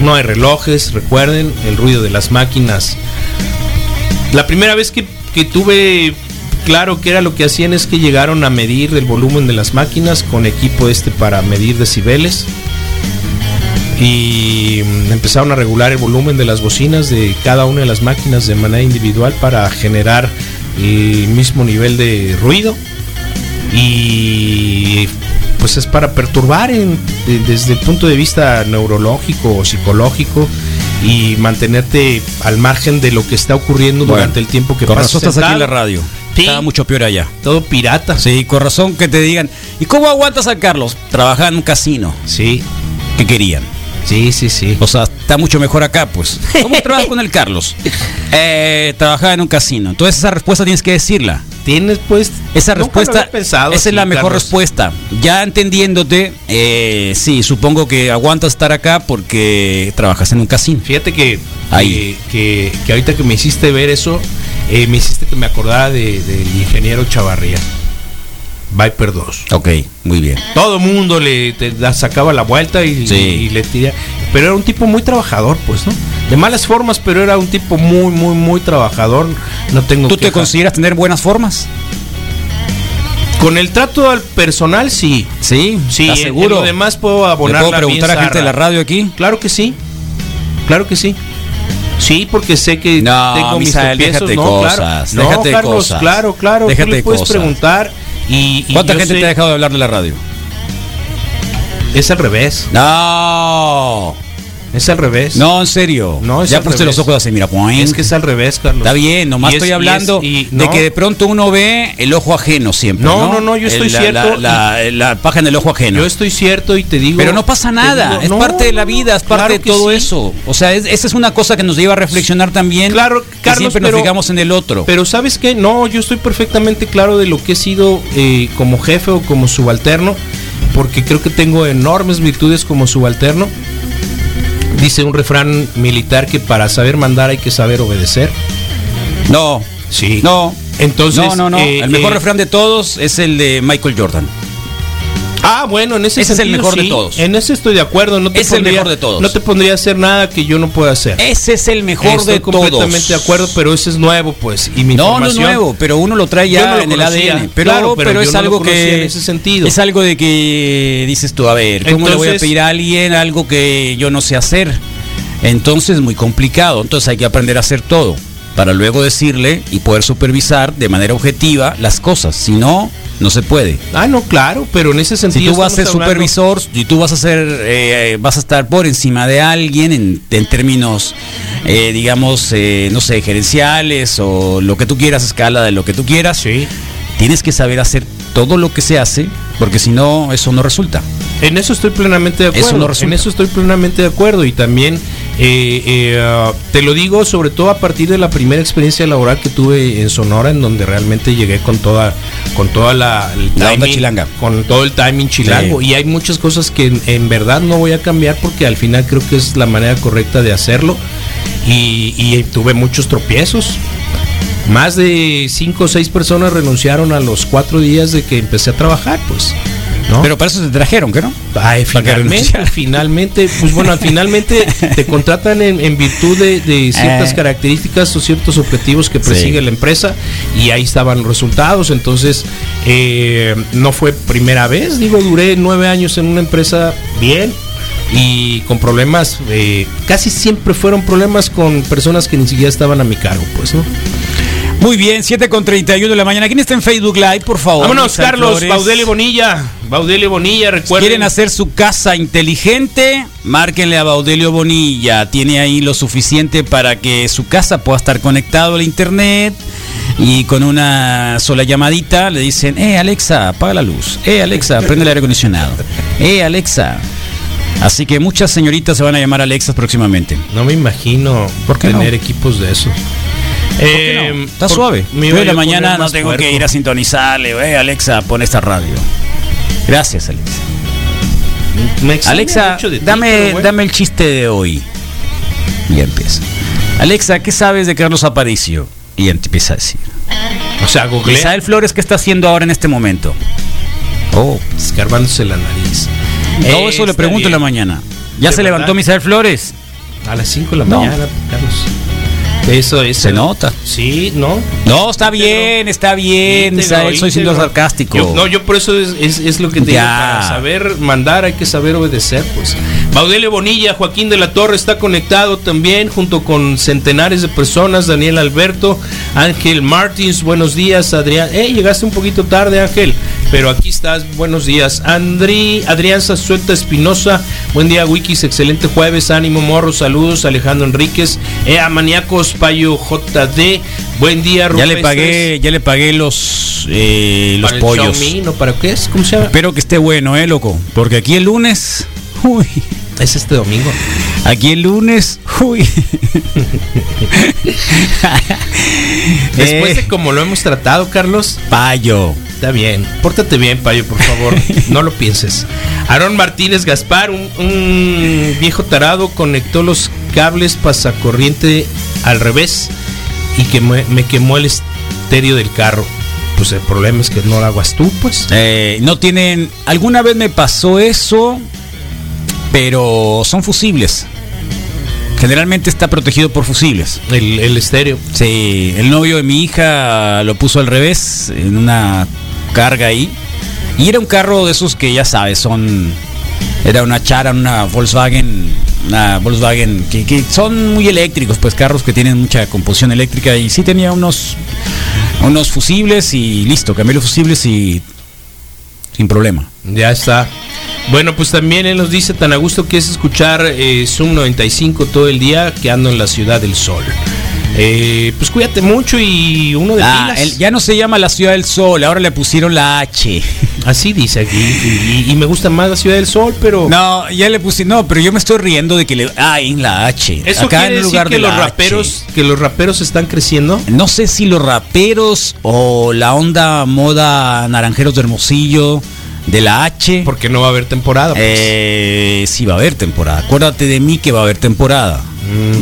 [SPEAKER 2] No hay relojes, recuerden, el ruido de las máquinas. La primera vez que, que tuve claro que era lo que hacían es que llegaron a medir el volumen de las máquinas con equipo este para medir decibeles. Y mm, empezaron a regular el volumen de las bocinas de cada una de las máquinas de manera individual para generar el mismo nivel de ruido y pues es para perturbar en- de- desde el punto de vista neurológico o psicológico y mantenerte al margen de lo que está ocurriendo
[SPEAKER 1] Bueno,
[SPEAKER 2] durante el tiempo que
[SPEAKER 1] Con
[SPEAKER 2] pasas
[SPEAKER 1] razón estás aquí en la
[SPEAKER 2] sentado.
[SPEAKER 1] radio.
[SPEAKER 2] Sí.
[SPEAKER 1] Estaba mucho peor allá.
[SPEAKER 2] Todo pirata.
[SPEAKER 1] Sí, con razón que te digan. ¿Y cómo aguantas a Carlos? Trabajaba en un casino.
[SPEAKER 2] sí,
[SPEAKER 1] que querían?
[SPEAKER 2] sí, sí, sí.
[SPEAKER 1] O sea, está mucho mejor acá, pues. ¿Cómo trabajas con el Carlos? Eh, trabajaba en un casino. Entonces esa respuesta tienes que decirla.
[SPEAKER 2] Tienes pues
[SPEAKER 1] Esa
[SPEAKER 2] nunca lo
[SPEAKER 1] respuesta,
[SPEAKER 2] había pensado
[SPEAKER 1] esa es
[SPEAKER 2] así,
[SPEAKER 1] la mejor
[SPEAKER 2] Carlos.
[SPEAKER 1] respuesta. Ya entendiéndote, eh, sí, supongo que aguantas estar acá porque trabajas en un casino.
[SPEAKER 2] Fíjate que,
[SPEAKER 1] Ahí.
[SPEAKER 2] que, que- que ahorita que me hiciste ver eso, eh, me hiciste que me acordara de- del ingeniero Chavarría. Viper 2.
[SPEAKER 1] Ok, muy bien.
[SPEAKER 2] Todo mundo le te- la sacaba la vuelta y,
[SPEAKER 1] Sí.
[SPEAKER 2] y le tiraba. Pero era un tipo muy trabajador, pues, ¿no? De malas formas, pero era un tipo muy, muy, muy trabajador. No tengo
[SPEAKER 1] ¿Tú te
[SPEAKER 2] queja.
[SPEAKER 1] consideras tener buenas formas?
[SPEAKER 2] Con el trato al personal, sí.
[SPEAKER 1] Sí, ¿Estás
[SPEAKER 2] Sí, en- en
[SPEAKER 1] seguro?
[SPEAKER 2] lo demás puedo
[SPEAKER 1] ¿Le
[SPEAKER 2] abonar
[SPEAKER 1] puedo preguntar a gente de la radio aquí?
[SPEAKER 2] Claro que sí. Claro que sí. Sí, porque sé que
[SPEAKER 1] No,
[SPEAKER 2] tengo mis
[SPEAKER 1] Misael,
[SPEAKER 2] tropiezos.
[SPEAKER 1] déjate
[SPEAKER 2] no,
[SPEAKER 1] cosas,
[SPEAKER 2] claro. No,
[SPEAKER 1] déjate
[SPEAKER 2] Carlos,
[SPEAKER 1] cosas.
[SPEAKER 2] claro, claro. Tú
[SPEAKER 1] Déjate
[SPEAKER 2] le puedes
[SPEAKER 1] cosas.
[SPEAKER 2] preguntar y, y
[SPEAKER 1] ¿Cuánta
[SPEAKER 2] yo
[SPEAKER 1] gente
[SPEAKER 2] sé-
[SPEAKER 1] te ha dejado de hablar de la radio?
[SPEAKER 2] Es al revés.
[SPEAKER 1] No,
[SPEAKER 2] Es al revés.
[SPEAKER 1] no, en serio.
[SPEAKER 2] No, es
[SPEAKER 1] ya
[SPEAKER 2] al
[SPEAKER 1] puse
[SPEAKER 2] revés.
[SPEAKER 1] los ojos así, mira. poing.
[SPEAKER 2] Es que es al revés, Carlos.
[SPEAKER 1] Está bien, nomás
[SPEAKER 2] Y es-
[SPEAKER 1] estoy
[SPEAKER 2] y es-
[SPEAKER 1] hablando
[SPEAKER 2] y-
[SPEAKER 1] de
[SPEAKER 2] no.
[SPEAKER 1] que de pronto uno ve el ojo ajeno siempre.
[SPEAKER 2] No,
[SPEAKER 1] No,
[SPEAKER 2] no, no, yo estoy
[SPEAKER 1] El- la-
[SPEAKER 2] cierto
[SPEAKER 1] La, la- la paja en el ojo ajeno.
[SPEAKER 2] Yo estoy cierto y te digo.
[SPEAKER 1] Pero no pasa
[SPEAKER 2] te
[SPEAKER 1] nada,
[SPEAKER 2] digo-
[SPEAKER 1] es
[SPEAKER 2] no,
[SPEAKER 1] parte de la
[SPEAKER 2] no,
[SPEAKER 1] vida, es
[SPEAKER 2] no, claro
[SPEAKER 1] parte de
[SPEAKER 2] que
[SPEAKER 1] todo
[SPEAKER 2] sí.
[SPEAKER 1] eso. O sea, es- esa es una cosa que nos lleva a reflexionar también.
[SPEAKER 2] Claro,
[SPEAKER 1] que
[SPEAKER 2] Carlos,
[SPEAKER 1] siempre
[SPEAKER 2] pero-
[SPEAKER 1] nos fijamos en el otro.
[SPEAKER 2] Pero sabes qué, no, yo estoy perfectamente claro de lo que he sido eh, como jefe o como subalterno, porque creo que tengo enormes virtudes como subalterno. Dice un refrán militar que para saber mandar hay que saber obedecer.
[SPEAKER 1] no,
[SPEAKER 2] Sí.
[SPEAKER 1] no.
[SPEAKER 2] Entonces,
[SPEAKER 1] no, no, no.
[SPEAKER 2] eh,
[SPEAKER 1] el mejor
[SPEAKER 2] eh,
[SPEAKER 1] refrán de todos es el de Michael Jordan.
[SPEAKER 2] Ah, bueno, en ese,
[SPEAKER 1] Ese es el
[SPEAKER 2] sentido
[SPEAKER 1] mejor de
[SPEAKER 2] sí,
[SPEAKER 1] todos.
[SPEAKER 2] En ese estoy de acuerdo. No te
[SPEAKER 1] Es el
[SPEAKER 2] pondría-
[SPEAKER 1] mejor de todos.
[SPEAKER 2] No te pondría a hacer nada que yo no pueda hacer.
[SPEAKER 1] Ese es el mejor
[SPEAKER 2] Estoy
[SPEAKER 1] de todos.
[SPEAKER 2] completamente de acuerdo, pero ese es nuevo, pues. Y mi
[SPEAKER 1] No, no es
[SPEAKER 2] formación-
[SPEAKER 1] nuevo, pero uno lo trae
[SPEAKER 2] Yo
[SPEAKER 1] ya
[SPEAKER 2] no lo
[SPEAKER 1] en el
[SPEAKER 2] conocía,
[SPEAKER 1] ADN. Pero,
[SPEAKER 2] claro,
[SPEAKER 1] pero,
[SPEAKER 2] pero yo
[SPEAKER 1] es
[SPEAKER 2] no lo
[SPEAKER 1] algo
[SPEAKER 2] conocía
[SPEAKER 1] que.
[SPEAKER 2] en ese sentido.
[SPEAKER 1] Es algo de que dices tú, a ver, ¿cómo le voy a
[SPEAKER 2] Entonces-
[SPEAKER 1] pedir a alguien algo que yo no sé hacer? Entonces, muy complicado. Entonces, hay que aprender a hacer todo. para luego decirle y poder supervisar de manera objetiva las cosas. Si no, no se puede.
[SPEAKER 2] Ah, no, claro, pero en ese sentido.
[SPEAKER 1] Si tú vas a ser
[SPEAKER 2] estamos hablando-
[SPEAKER 1] supervisor, si tú vas a ser, eh, vas a estar por encima de alguien en, en términos, eh, digamos, eh, no sé, gerenciales o lo que tú quieras, escala de lo que tú quieras.
[SPEAKER 2] Sí.
[SPEAKER 1] Tienes que saber hacer todo lo que se hace, porque si no, eso no resulta.
[SPEAKER 2] En eso estoy plenamente de
[SPEAKER 1] Eso
[SPEAKER 2] acuerdo.
[SPEAKER 1] no resulta.
[SPEAKER 2] en eso estoy plenamente de acuerdo. Y también eh, eh, ah, te lo digo sobre todo a partir de la primera experiencia laboral que tuve en Sonora, en donde realmente llegué con toda, con toda la, el
[SPEAKER 1] La onda chilanga.
[SPEAKER 2] Con todo el timing chilango.
[SPEAKER 1] Sí.
[SPEAKER 2] Y hay muchas cosas que en, en verdad no voy a cambiar porque al final creo que es la manera correcta de hacerlo. Y, y tuve muchos tropiezos. Más de cinco o seis personas renunciaron a los cuatro días de que empecé a trabajar, pues. ¿no?
[SPEAKER 1] Pero para eso te trajeron, ¿qué no?
[SPEAKER 2] Ay,
[SPEAKER 1] Para que
[SPEAKER 2] finalmente,
[SPEAKER 1] renunciara.
[SPEAKER 2] finalmente, pues bueno, finalmente te contratan en, en virtud de, de ciertas
[SPEAKER 1] Eh.
[SPEAKER 2] características o ciertos objetivos que persigue
[SPEAKER 1] Sí.
[SPEAKER 2] la empresa y ahí estaban los resultados. Entonces, eh, no fue primera vez, digo, duré nueve años en una empresa bien y con problemas, eh, casi siempre fueron problemas con personas que ni siquiera estaban a mi cargo, pues, ¿no?
[SPEAKER 1] Muy bien, 7 con 31 de la mañana. ¿Quién está en Facebook Live, por favor?
[SPEAKER 2] Vámonos,
[SPEAKER 1] Luisa
[SPEAKER 2] Carlos,
[SPEAKER 1] Flores.
[SPEAKER 2] Baudel y Bonilla, Baudel y Bonilla, recuerden.
[SPEAKER 1] ¿Quieren hacer su casa inteligente? Márquenle a Baudelio Bonilla. Tiene ahí lo suficiente para que su casa pueda estar conectado al internet. Y con una sola llamadita le dicen, eh Alexa, apaga la luz. Eh Alexa, prende el aire acondicionado. Eh Alexa. Así que muchas señoritas se van a llamar Alexas próximamente.
[SPEAKER 2] No me imagino
[SPEAKER 1] ¿Por qué
[SPEAKER 2] tener
[SPEAKER 1] no?
[SPEAKER 2] equipos de esos.
[SPEAKER 1] ¿Por qué no? Está
[SPEAKER 2] Eh, por-
[SPEAKER 1] suave. Yo
[SPEAKER 2] me iba
[SPEAKER 1] de la
[SPEAKER 2] yo a poner
[SPEAKER 1] mañana no
[SPEAKER 2] más
[SPEAKER 1] tengo que
[SPEAKER 2] puerco.
[SPEAKER 1] ir a sintonizarle. Eh Alexa, pon esta radio. Gracias Alexa.
[SPEAKER 2] Me extraña
[SPEAKER 1] Alexa,
[SPEAKER 2] mucho de ti,
[SPEAKER 1] dame,
[SPEAKER 2] pero bueno.
[SPEAKER 1] dame el chiste de hoy. Y ya empieza. Alexa, ¿qué sabes de Carlos Aparicio? Y ya empieza a decir.
[SPEAKER 2] O sea, googlea
[SPEAKER 1] Isabel Flores, ¿qué está haciendo ahora en este momento? Oh.
[SPEAKER 2] escarbándose la nariz.
[SPEAKER 1] Todo
[SPEAKER 2] Eh,
[SPEAKER 1] eso le
[SPEAKER 2] está
[SPEAKER 1] pregunto en la
[SPEAKER 2] bien.
[SPEAKER 1] mañana. ¿Ya
[SPEAKER 2] ¿De
[SPEAKER 1] se
[SPEAKER 2] verdad?
[SPEAKER 1] levantó Misael Flores?
[SPEAKER 2] A las 5 de la
[SPEAKER 1] No.
[SPEAKER 2] mañana, Carlos. Eso es.
[SPEAKER 1] Se nota.
[SPEAKER 2] Sí, ¿no?
[SPEAKER 1] No, está
[SPEAKER 2] Íntegro.
[SPEAKER 1] bien, está bien,
[SPEAKER 2] Íntegro,
[SPEAKER 1] Misael. eh, Soy siendo
[SPEAKER 2] íntegro.
[SPEAKER 1] sarcástico.
[SPEAKER 2] Yo- no, yo por eso es, es- es lo que te
[SPEAKER 1] Ya.
[SPEAKER 2] digo. Para saber mandar hay que saber obedecer, pues. Baudelio Bonilla, Joaquín de la Torre está conectado también, junto con centenares de personas. Daniel Alberto, Ángel Martins, buenos días, Adrián. Eh, llegaste un poquito tarde, Ángel, pero aquí estás, buenos días. Andri, Adrián Sazueta Espinosa, buen día, Wikis, excelente jueves, ánimo, morro, saludos, Alejandro Enríquez, eh, Maniacos, Payo JD, buen día,
[SPEAKER 1] ya le
[SPEAKER 2] Rupestres.
[SPEAKER 1] pagué, ya le pagué los, eh, los
[SPEAKER 2] Para el
[SPEAKER 1] pollos.
[SPEAKER 2] Xiaomi, ¿no? ¿Para qué es? ¿Cómo se llama?
[SPEAKER 1] Espero que esté bueno, eh, loco. Porque aquí el lunes. Uy.
[SPEAKER 2] Es este domingo.
[SPEAKER 1] Eh. Aquí el lunes, uy.
[SPEAKER 2] Después
[SPEAKER 1] Eh,
[SPEAKER 2] de como lo hemos tratado, Carlos,
[SPEAKER 1] payo.
[SPEAKER 2] está bien. Pórtate bien, Payo, por favor. No lo pienses. Aaron Martínez Gaspar, un, un viejo tarado, conectó los cables pasacorriente al revés y que me, me quemó el estéreo del carro. Pues el problema es que no lo hagas tú, pues.
[SPEAKER 1] Eh, no tienen. Alguna vez me pasó eso, pero son fusibles. Generalmente está protegido por fusibles.
[SPEAKER 2] El, el estéreo.
[SPEAKER 1] Sí, el novio de mi hija lo puso al revés en una carga ahí. Y era un carro de esos que ya sabes, son. Era una Chara, una Volkswagen, una Volkswagen, que, que son muy eléctricos, pues carros que tienen mucha composición eléctrica. Y sí tenía unos, unos fusibles y listo, cambié los fusibles y. sin problema.
[SPEAKER 2] Ya está. Bueno, pues también él nos dice tan a gusto que es escuchar eh, Zoom 95 todo el día que ando en la ciudad del sol. Eh, pues cuídate mucho y uno de
[SPEAKER 1] Ah,
[SPEAKER 2] pilas.
[SPEAKER 1] el- ya no se llama la Ciudad del Sol, ahora le pusieron la H.
[SPEAKER 2] Así dice aquí. Y, y- y me gusta más la ciudad del sol, pero
[SPEAKER 1] No, ya le puse. No, pero yo me estoy riendo de que le. Ah, en la H.
[SPEAKER 2] eso quiere decir que
[SPEAKER 1] de
[SPEAKER 2] los
[SPEAKER 1] la H.
[SPEAKER 2] raperos, que los raperos están creciendo.
[SPEAKER 1] No sé si los raperos o la onda moda naranjeros de Hermosillo de la H.
[SPEAKER 2] Porque no va a haber temporada. pues.
[SPEAKER 1] Eh, sí, va a haber temporada. Acuérdate de mí que va a haber temporada.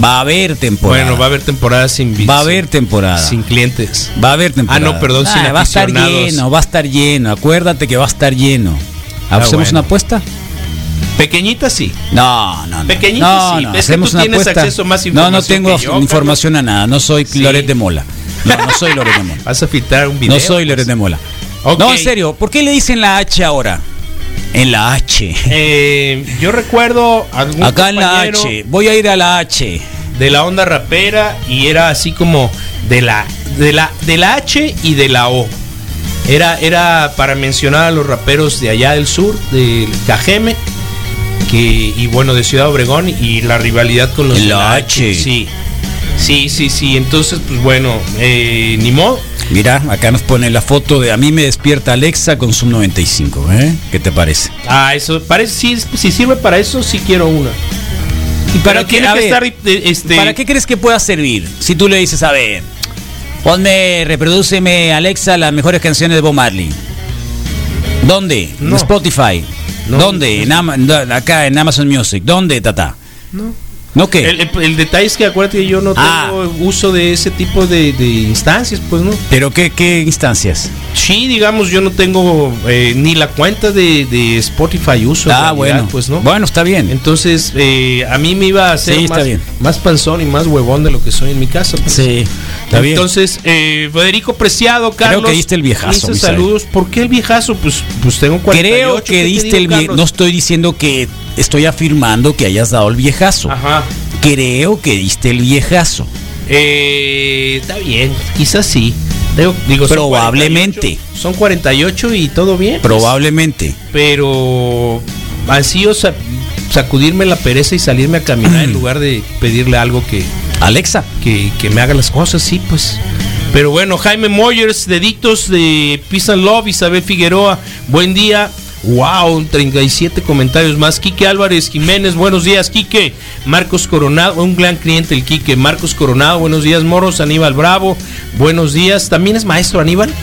[SPEAKER 1] Va a haber temporada.
[SPEAKER 2] Mm. bueno, va a haber temporada sin vi-
[SPEAKER 1] Va a haber temporada.
[SPEAKER 2] sin clientes.
[SPEAKER 1] Va a haber temporada.
[SPEAKER 2] Ah, no, perdón, sin
[SPEAKER 1] va a estar
[SPEAKER 2] aficionados.
[SPEAKER 1] lleno, va a estar lleno. Acuérdate que va a estar lleno. ¿Hacemos
[SPEAKER 2] Ah, bueno.
[SPEAKER 1] una apuesta?
[SPEAKER 2] Pequeñita sí.
[SPEAKER 1] No, no, no.
[SPEAKER 2] Pequeñito,
[SPEAKER 1] no,
[SPEAKER 2] sí.
[SPEAKER 1] no,
[SPEAKER 2] Es que
[SPEAKER 1] hacemos
[SPEAKER 2] tú
[SPEAKER 1] una
[SPEAKER 2] tienes
[SPEAKER 1] apuesta.
[SPEAKER 2] acceso a más
[SPEAKER 1] No, no
[SPEAKER 2] información
[SPEAKER 1] tengo
[SPEAKER 2] que yo, Carlos.
[SPEAKER 1] información a nada. No soy
[SPEAKER 2] Sí.
[SPEAKER 1] Loret de Mola. No, no soy Loret de Mola.
[SPEAKER 2] Vas a filtrar un video.
[SPEAKER 1] No soy Loret de Mola.
[SPEAKER 2] Ok.
[SPEAKER 1] No, en serio, ¿por qué le dicen la H ahora? En la H.
[SPEAKER 2] Eh, yo recuerdo algún
[SPEAKER 1] Acá en la
[SPEAKER 2] compañero-
[SPEAKER 1] H. Voy a ir a la H.
[SPEAKER 2] de la onda rapera y era así como de la, de la, de la H y de la O. Era, era para mencionar a los raperos de allá del sur, del Cajeme, que, y bueno, de Ciudad Obregón y la rivalidad con los...
[SPEAKER 1] El
[SPEAKER 2] de la
[SPEAKER 1] H.
[SPEAKER 2] Sí, sí, sí, sí. Entonces, pues bueno, eh, ni modo.
[SPEAKER 1] Mira, acá nos pone la foto de A mí me despierta Alexa con Zoom 95, ¿eh? ¿Qué te parece?
[SPEAKER 2] Ah, eso parece, sí, es- si sirve para eso, sí quiero una. ¿Y
[SPEAKER 1] para qué-
[SPEAKER 2] tiene
[SPEAKER 1] a
[SPEAKER 2] que
[SPEAKER 1] ver,
[SPEAKER 2] estar eh, este,
[SPEAKER 1] ¿Para qué crees que pueda servir? Si tú le dices, a ver, ponme, reprodúceme Alexa las mejores canciones de Bob Marley. ¿Dónde? En
[SPEAKER 2] No.
[SPEAKER 1] Spotify.
[SPEAKER 2] No.
[SPEAKER 1] ¿Dónde? En Ama- en- acá en Amazon Music. ¿Dónde, tata?
[SPEAKER 2] No.
[SPEAKER 1] ¿No qué?
[SPEAKER 2] El, el- el detalle es que acuérdate que yo no
[SPEAKER 1] Ah.
[SPEAKER 2] tengo uso de ese tipo de, de instancias, pues no.
[SPEAKER 1] ¿Pero qué, qué instancias?
[SPEAKER 2] Sí, digamos, yo no tengo eh, ni la cuenta de, de Spotify uso. en
[SPEAKER 1] ah,
[SPEAKER 2] realidad,
[SPEAKER 1] bueno.
[SPEAKER 2] Pues no.
[SPEAKER 1] Bueno, está bien.
[SPEAKER 2] Entonces, eh, a mí me iba a hacer
[SPEAKER 1] Sí, está
[SPEAKER 2] más,
[SPEAKER 1] bien.
[SPEAKER 2] más panzón y más huevón de lo que soy en mi casa. pues.
[SPEAKER 1] Está bien.
[SPEAKER 2] Entonces, eh, Federico Preciado, Carlos.
[SPEAKER 1] que diste el viejazo,
[SPEAKER 2] dice
[SPEAKER 1] Misael.
[SPEAKER 2] saludos. ¿Por qué el viejazo? Pues, pues tengo 48.
[SPEAKER 1] Creo
[SPEAKER 2] ¿qué
[SPEAKER 1] que
[SPEAKER 2] te
[SPEAKER 1] diste
[SPEAKER 2] digo,
[SPEAKER 1] el vie-
[SPEAKER 2] Carlos?
[SPEAKER 1] No estoy diciendo que estoy afirmando que hayas dado el viejazo.
[SPEAKER 2] Ajá.
[SPEAKER 1] Creo que diste el viejazo.
[SPEAKER 2] Eh, está bien, quizás sí. Digo, digo, son
[SPEAKER 1] Probablemente.
[SPEAKER 2] 48, Son 48 y todo bien. pues.
[SPEAKER 1] Probablemente.
[SPEAKER 2] Pero así, o sea, sacudirme la pereza y salirme a caminar en lugar de pedirle algo que,
[SPEAKER 1] Alexa.
[SPEAKER 2] que, que me haga las cosas, sí, pues. Pero bueno, Jaime Moyers, deditos de Peace and Love, Isabel Figueroa, buen día. Wow, 37 comentarios más. Quique Álvarez Jiménez, buenos días, Quique. Marcos Coronado, un gran cliente el Quique. Marcos Coronado, buenos días, Moros. Aníbal Bravo, buenos días. ¿También es maestro Aníbal?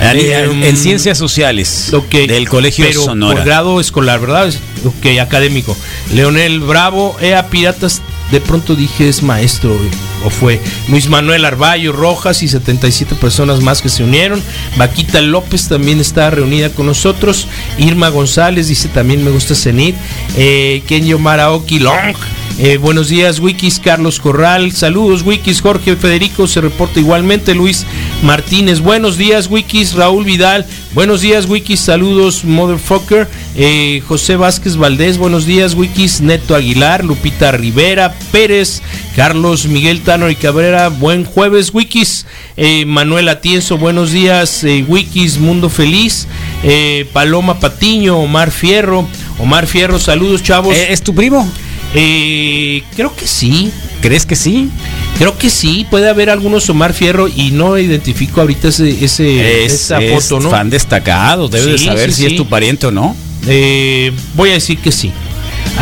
[SPEAKER 1] en
[SPEAKER 2] Eh,
[SPEAKER 1] en ciencias sociales
[SPEAKER 2] Ok,
[SPEAKER 1] del Colegio
[SPEAKER 2] pero
[SPEAKER 1] Sonora.
[SPEAKER 2] Por grado escolar, ¿verdad? Es- Ok, académico. Leonel Bravo, EA Piratas, de pronto dije es maestro o fue Luis Manuel Arballo Rojas y 77 personas más que se unieron. Vaquita López también está reunida con nosotros. Irma González dice también me gusta Zenit. Eh, Kenyo Maraoki Long. eh, buenos días, Wikis, Carlos Corral. Saludos, Wikis. Jorge Federico se reporta igualmente. Luis Martínez, buenos días, Wikis. Raúl Vidal, buenos días, Wikis. Saludos, motherfucker. Eh, José Vázquez Valdés, buenos días, Wikis. Neto Aguilar, Lupita Rivera, Pérez, Carlos Miguel Tano y Cabrera, buen jueves, Wikis. Eh, Manuel Atienzo, buenos días, eh, Wikis. Mundo Feliz, eh, Paloma Patiño, Omar Fierro. Omar Fierro, saludos, chavos.
[SPEAKER 1] Eh, ¿Es tu primo?
[SPEAKER 2] Eh, creo que sí.
[SPEAKER 1] ¿Crees que sí?
[SPEAKER 2] Creo que sí, puede haber algunos Omar Fierro y no identifico ahorita ese, ese- esa
[SPEAKER 1] es
[SPEAKER 2] foto, ¿no?
[SPEAKER 1] fan destacado, debe de
[SPEAKER 2] Sí,
[SPEAKER 1] saber
[SPEAKER 2] sí,
[SPEAKER 1] si
[SPEAKER 2] sí.
[SPEAKER 1] es tu pariente o no.
[SPEAKER 2] Eh, voy a decir que sí.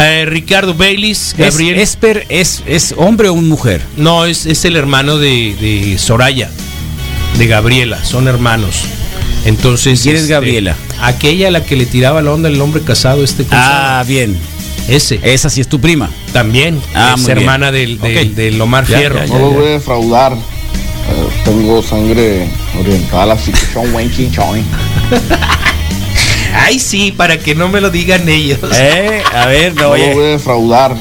[SPEAKER 2] Eh, Ricardo Baylis, Gabriel.
[SPEAKER 1] ¿Es, Esper es, es hombre o una mujer?
[SPEAKER 2] no, es, es el hermano de, de Soraya, de Gabriela, son hermanos. Entonces.
[SPEAKER 1] ¿Quién es
[SPEAKER 2] este,
[SPEAKER 1] Gabriela?
[SPEAKER 2] Aquella a la que le tiraba la onda el hombre casado, este. ¿cómo se
[SPEAKER 1] Ah, bien.
[SPEAKER 2] llama? ese.
[SPEAKER 1] Esa sí es tu prima.
[SPEAKER 2] también.
[SPEAKER 1] Ah,
[SPEAKER 2] es
[SPEAKER 1] muy bien.
[SPEAKER 2] hermana del, del,
[SPEAKER 1] Ok.
[SPEAKER 2] del Omar
[SPEAKER 1] Ya,
[SPEAKER 2] Fierro.
[SPEAKER 1] ya, ya.
[SPEAKER 4] No los voy a defraudar. Eh, tengo sangre oriental, así que son buen chinchón.
[SPEAKER 2] Ay, sí, para que no me lo digan ellos.
[SPEAKER 1] Eh, a ver, no,
[SPEAKER 4] No los voy
[SPEAKER 1] oye.
[SPEAKER 4] a defraudar. Eh,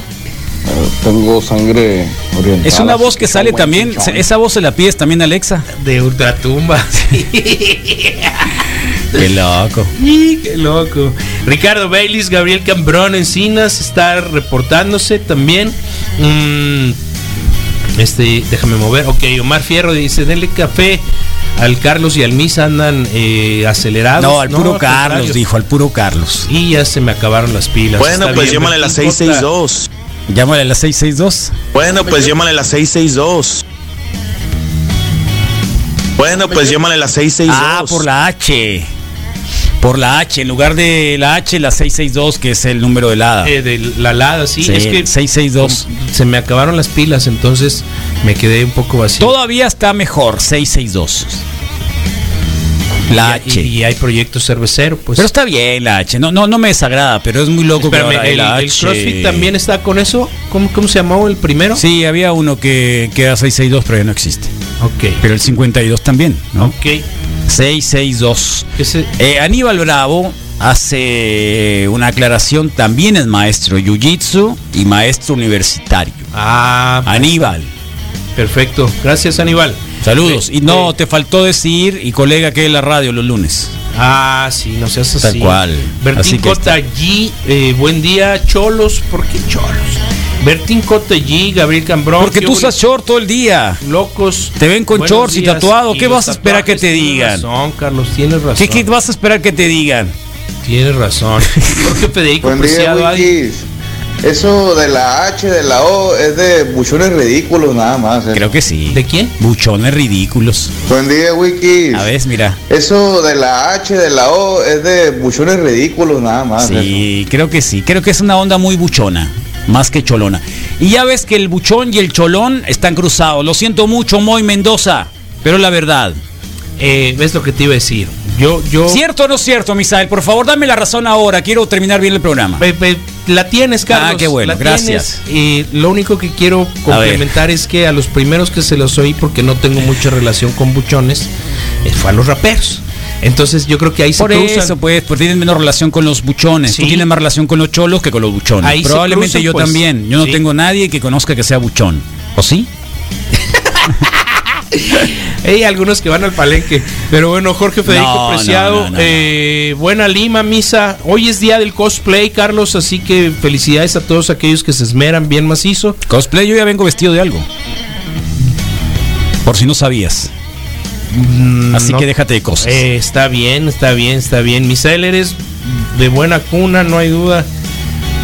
[SPEAKER 4] tengo sangre oriental.
[SPEAKER 1] Es una
[SPEAKER 4] así
[SPEAKER 1] voz que
[SPEAKER 4] son
[SPEAKER 1] sale
[SPEAKER 4] buen
[SPEAKER 1] también.
[SPEAKER 4] chinchón.
[SPEAKER 1] se- Esa voz se la pides también a Alexa.
[SPEAKER 2] De ultratumba. Sí.
[SPEAKER 1] Qué loco.
[SPEAKER 2] Y qué loco. Ricardo Baylis, Gabriel Cambrón Encinas está reportándose también. Mm, este, déjame mover. Ok, Omar Fierro dice, denle café. Al Carlos y al Misa andan eh, acelerados.
[SPEAKER 1] No, al puro Carlos,
[SPEAKER 2] contrario.
[SPEAKER 1] dijo, al puro Carlos.
[SPEAKER 2] Y ya se me acabaron las pilas.
[SPEAKER 5] Bueno,
[SPEAKER 2] Está
[SPEAKER 5] pues
[SPEAKER 2] bien,
[SPEAKER 5] llámale
[SPEAKER 2] ¿no?
[SPEAKER 5] la
[SPEAKER 2] ¿Qué importa?
[SPEAKER 5] 662.
[SPEAKER 1] Llámale a la 662.
[SPEAKER 5] Bueno, pues llámale la 662. Bueno, pues llámale la 662.
[SPEAKER 1] Ah, por la H. Por la H, en lugar de la H, la 662, que es el número de la
[SPEAKER 2] Eh, de la lada, sí.
[SPEAKER 1] Sí,
[SPEAKER 2] es que
[SPEAKER 1] 662.
[SPEAKER 2] se me acabaron las pilas, entonces me quedé un poco vacío.
[SPEAKER 1] Todavía está mejor, 662. La
[SPEAKER 2] y,
[SPEAKER 1] H.
[SPEAKER 2] y hay proyectos cervecero, pues.
[SPEAKER 1] pero está bien la H. No, no, no me desagrada, pero es muy loco
[SPEAKER 2] Espérame,
[SPEAKER 1] que ahora
[SPEAKER 2] el,
[SPEAKER 1] la
[SPEAKER 2] el
[SPEAKER 1] H.
[SPEAKER 2] CrossFit también está con eso. ¿Cómo, cómo se llamó el primero?
[SPEAKER 1] Sí, había uno que, que era 662, pero ya no existe.
[SPEAKER 2] Ok.
[SPEAKER 1] Pero el 52 también, ¿no?
[SPEAKER 2] Ok.
[SPEAKER 1] 662.
[SPEAKER 2] Ese-
[SPEAKER 1] Eh, Aníbal Bravo hace eh, una aclaración, también es maestro jiu-jitsu y maestro universitario.
[SPEAKER 2] ah,
[SPEAKER 1] Aníbal,
[SPEAKER 2] perfecto. Gracias, Aníbal.
[SPEAKER 1] saludos.
[SPEAKER 2] Eh,
[SPEAKER 1] Y no,
[SPEAKER 2] eh,
[SPEAKER 1] te faltó decir, y colega que es la radio los lunes.
[SPEAKER 2] Ah, sí, no seas
[SPEAKER 1] Tal
[SPEAKER 2] así.
[SPEAKER 1] cual.
[SPEAKER 2] Bertín
[SPEAKER 1] Así que
[SPEAKER 2] Cota G, eh, buen día, Cholos. ¿Por qué Cholos? Bertín Cota G, Gabriel Cambrón.
[SPEAKER 1] Porque
[SPEAKER 2] ¿qué
[SPEAKER 1] tú
[SPEAKER 2] hubo?
[SPEAKER 1] estás short todo el día.
[SPEAKER 2] Locos.
[SPEAKER 1] Te ven con
[SPEAKER 2] Buenos
[SPEAKER 1] shorts y
[SPEAKER 2] días.
[SPEAKER 1] tatuado, ¿qué
[SPEAKER 2] los
[SPEAKER 1] vas a esperar que
[SPEAKER 2] tatuajes
[SPEAKER 1] te
[SPEAKER 2] tienes
[SPEAKER 1] digan?
[SPEAKER 2] razón, Carlos, tienes razón.
[SPEAKER 1] ¿Qué, qué vas a esperar que te digan?
[SPEAKER 2] Tienes razón. Porque Federico
[SPEAKER 4] Buen día,
[SPEAKER 2] Preciado Adi.
[SPEAKER 4] Wikis. Eso de la H, de la O, es de buchones ridículos nada más. eh.
[SPEAKER 1] Creo que sí.
[SPEAKER 2] ¿De quién?
[SPEAKER 1] Buchones ridículos.
[SPEAKER 4] Buen día, Wikis.
[SPEAKER 1] A ver, mira.
[SPEAKER 4] Eso de la H, de la O, es de buchones ridículos nada más. eh.
[SPEAKER 1] Sí, creo que sí. Creo que es una onda muy buchona, más que cholona. Y ya ves que el buchón y el cholón están cruzados. Lo siento mucho, Moy Mendoza, pero la verdad.
[SPEAKER 2] Eh, es lo que te iba a decir. Yo, yo.
[SPEAKER 1] ¿Cierto o no cierto, Misael? Por favor, dame la razón ahora. Quiero terminar bien el programa.
[SPEAKER 2] Pe- pe- la tienes, Carlos.
[SPEAKER 1] Ah, qué bueno,
[SPEAKER 2] la
[SPEAKER 1] gracias.
[SPEAKER 2] tienes. Y lo único que quiero complementar es que a los primeros que se los oí, porque no tengo mucha relación con buchones, eh, fue a los raperos. Entonces yo creo que ahí
[SPEAKER 1] Por
[SPEAKER 2] se
[SPEAKER 1] eso,
[SPEAKER 2] cruzan.
[SPEAKER 1] pues, pues tienen menos relación con los buchones.
[SPEAKER 2] Sí.
[SPEAKER 1] Tú tienes más relación con los cholos que con los buchones.
[SPEAKER 2] Ahí se
[SPEAKER 1] Probablemente
[SPEAKER 2] cruzan,
[SPEAKER 1] yo
[SPEAKER 2] pues.
[SPEAKER 1] también. Yo no
[SPEAKER 2] Sí.
[SPEAKER 1] tengo nadie que conozca que sea buchón. ¿O sí?
[SPEAKER 2] Hay algunos que van al palenque. Pero bueno, Jorge Federico
[SPEAKER 1] No, no,
[SPEAKER 2] Preciado,
[SPEAKER 1] no, no, no.
[SPEAKER 2] eh, buena Lima, misa. Hoy es día del cosplay, Carlos, así que felicidades a todos aquellos que se esmeran bien macizo.
[SPEAKER 1] Cosplay, yo ya vengo vestido de algo. Por si no sabías. Así
[SPEAKER 2] Mm, no-
[SPEAKER 1] que déjate de cosas.
[SPEAKER 2] Eh, está bien, está bien, está bien. Misael, eres de buena cuna, no hay duda.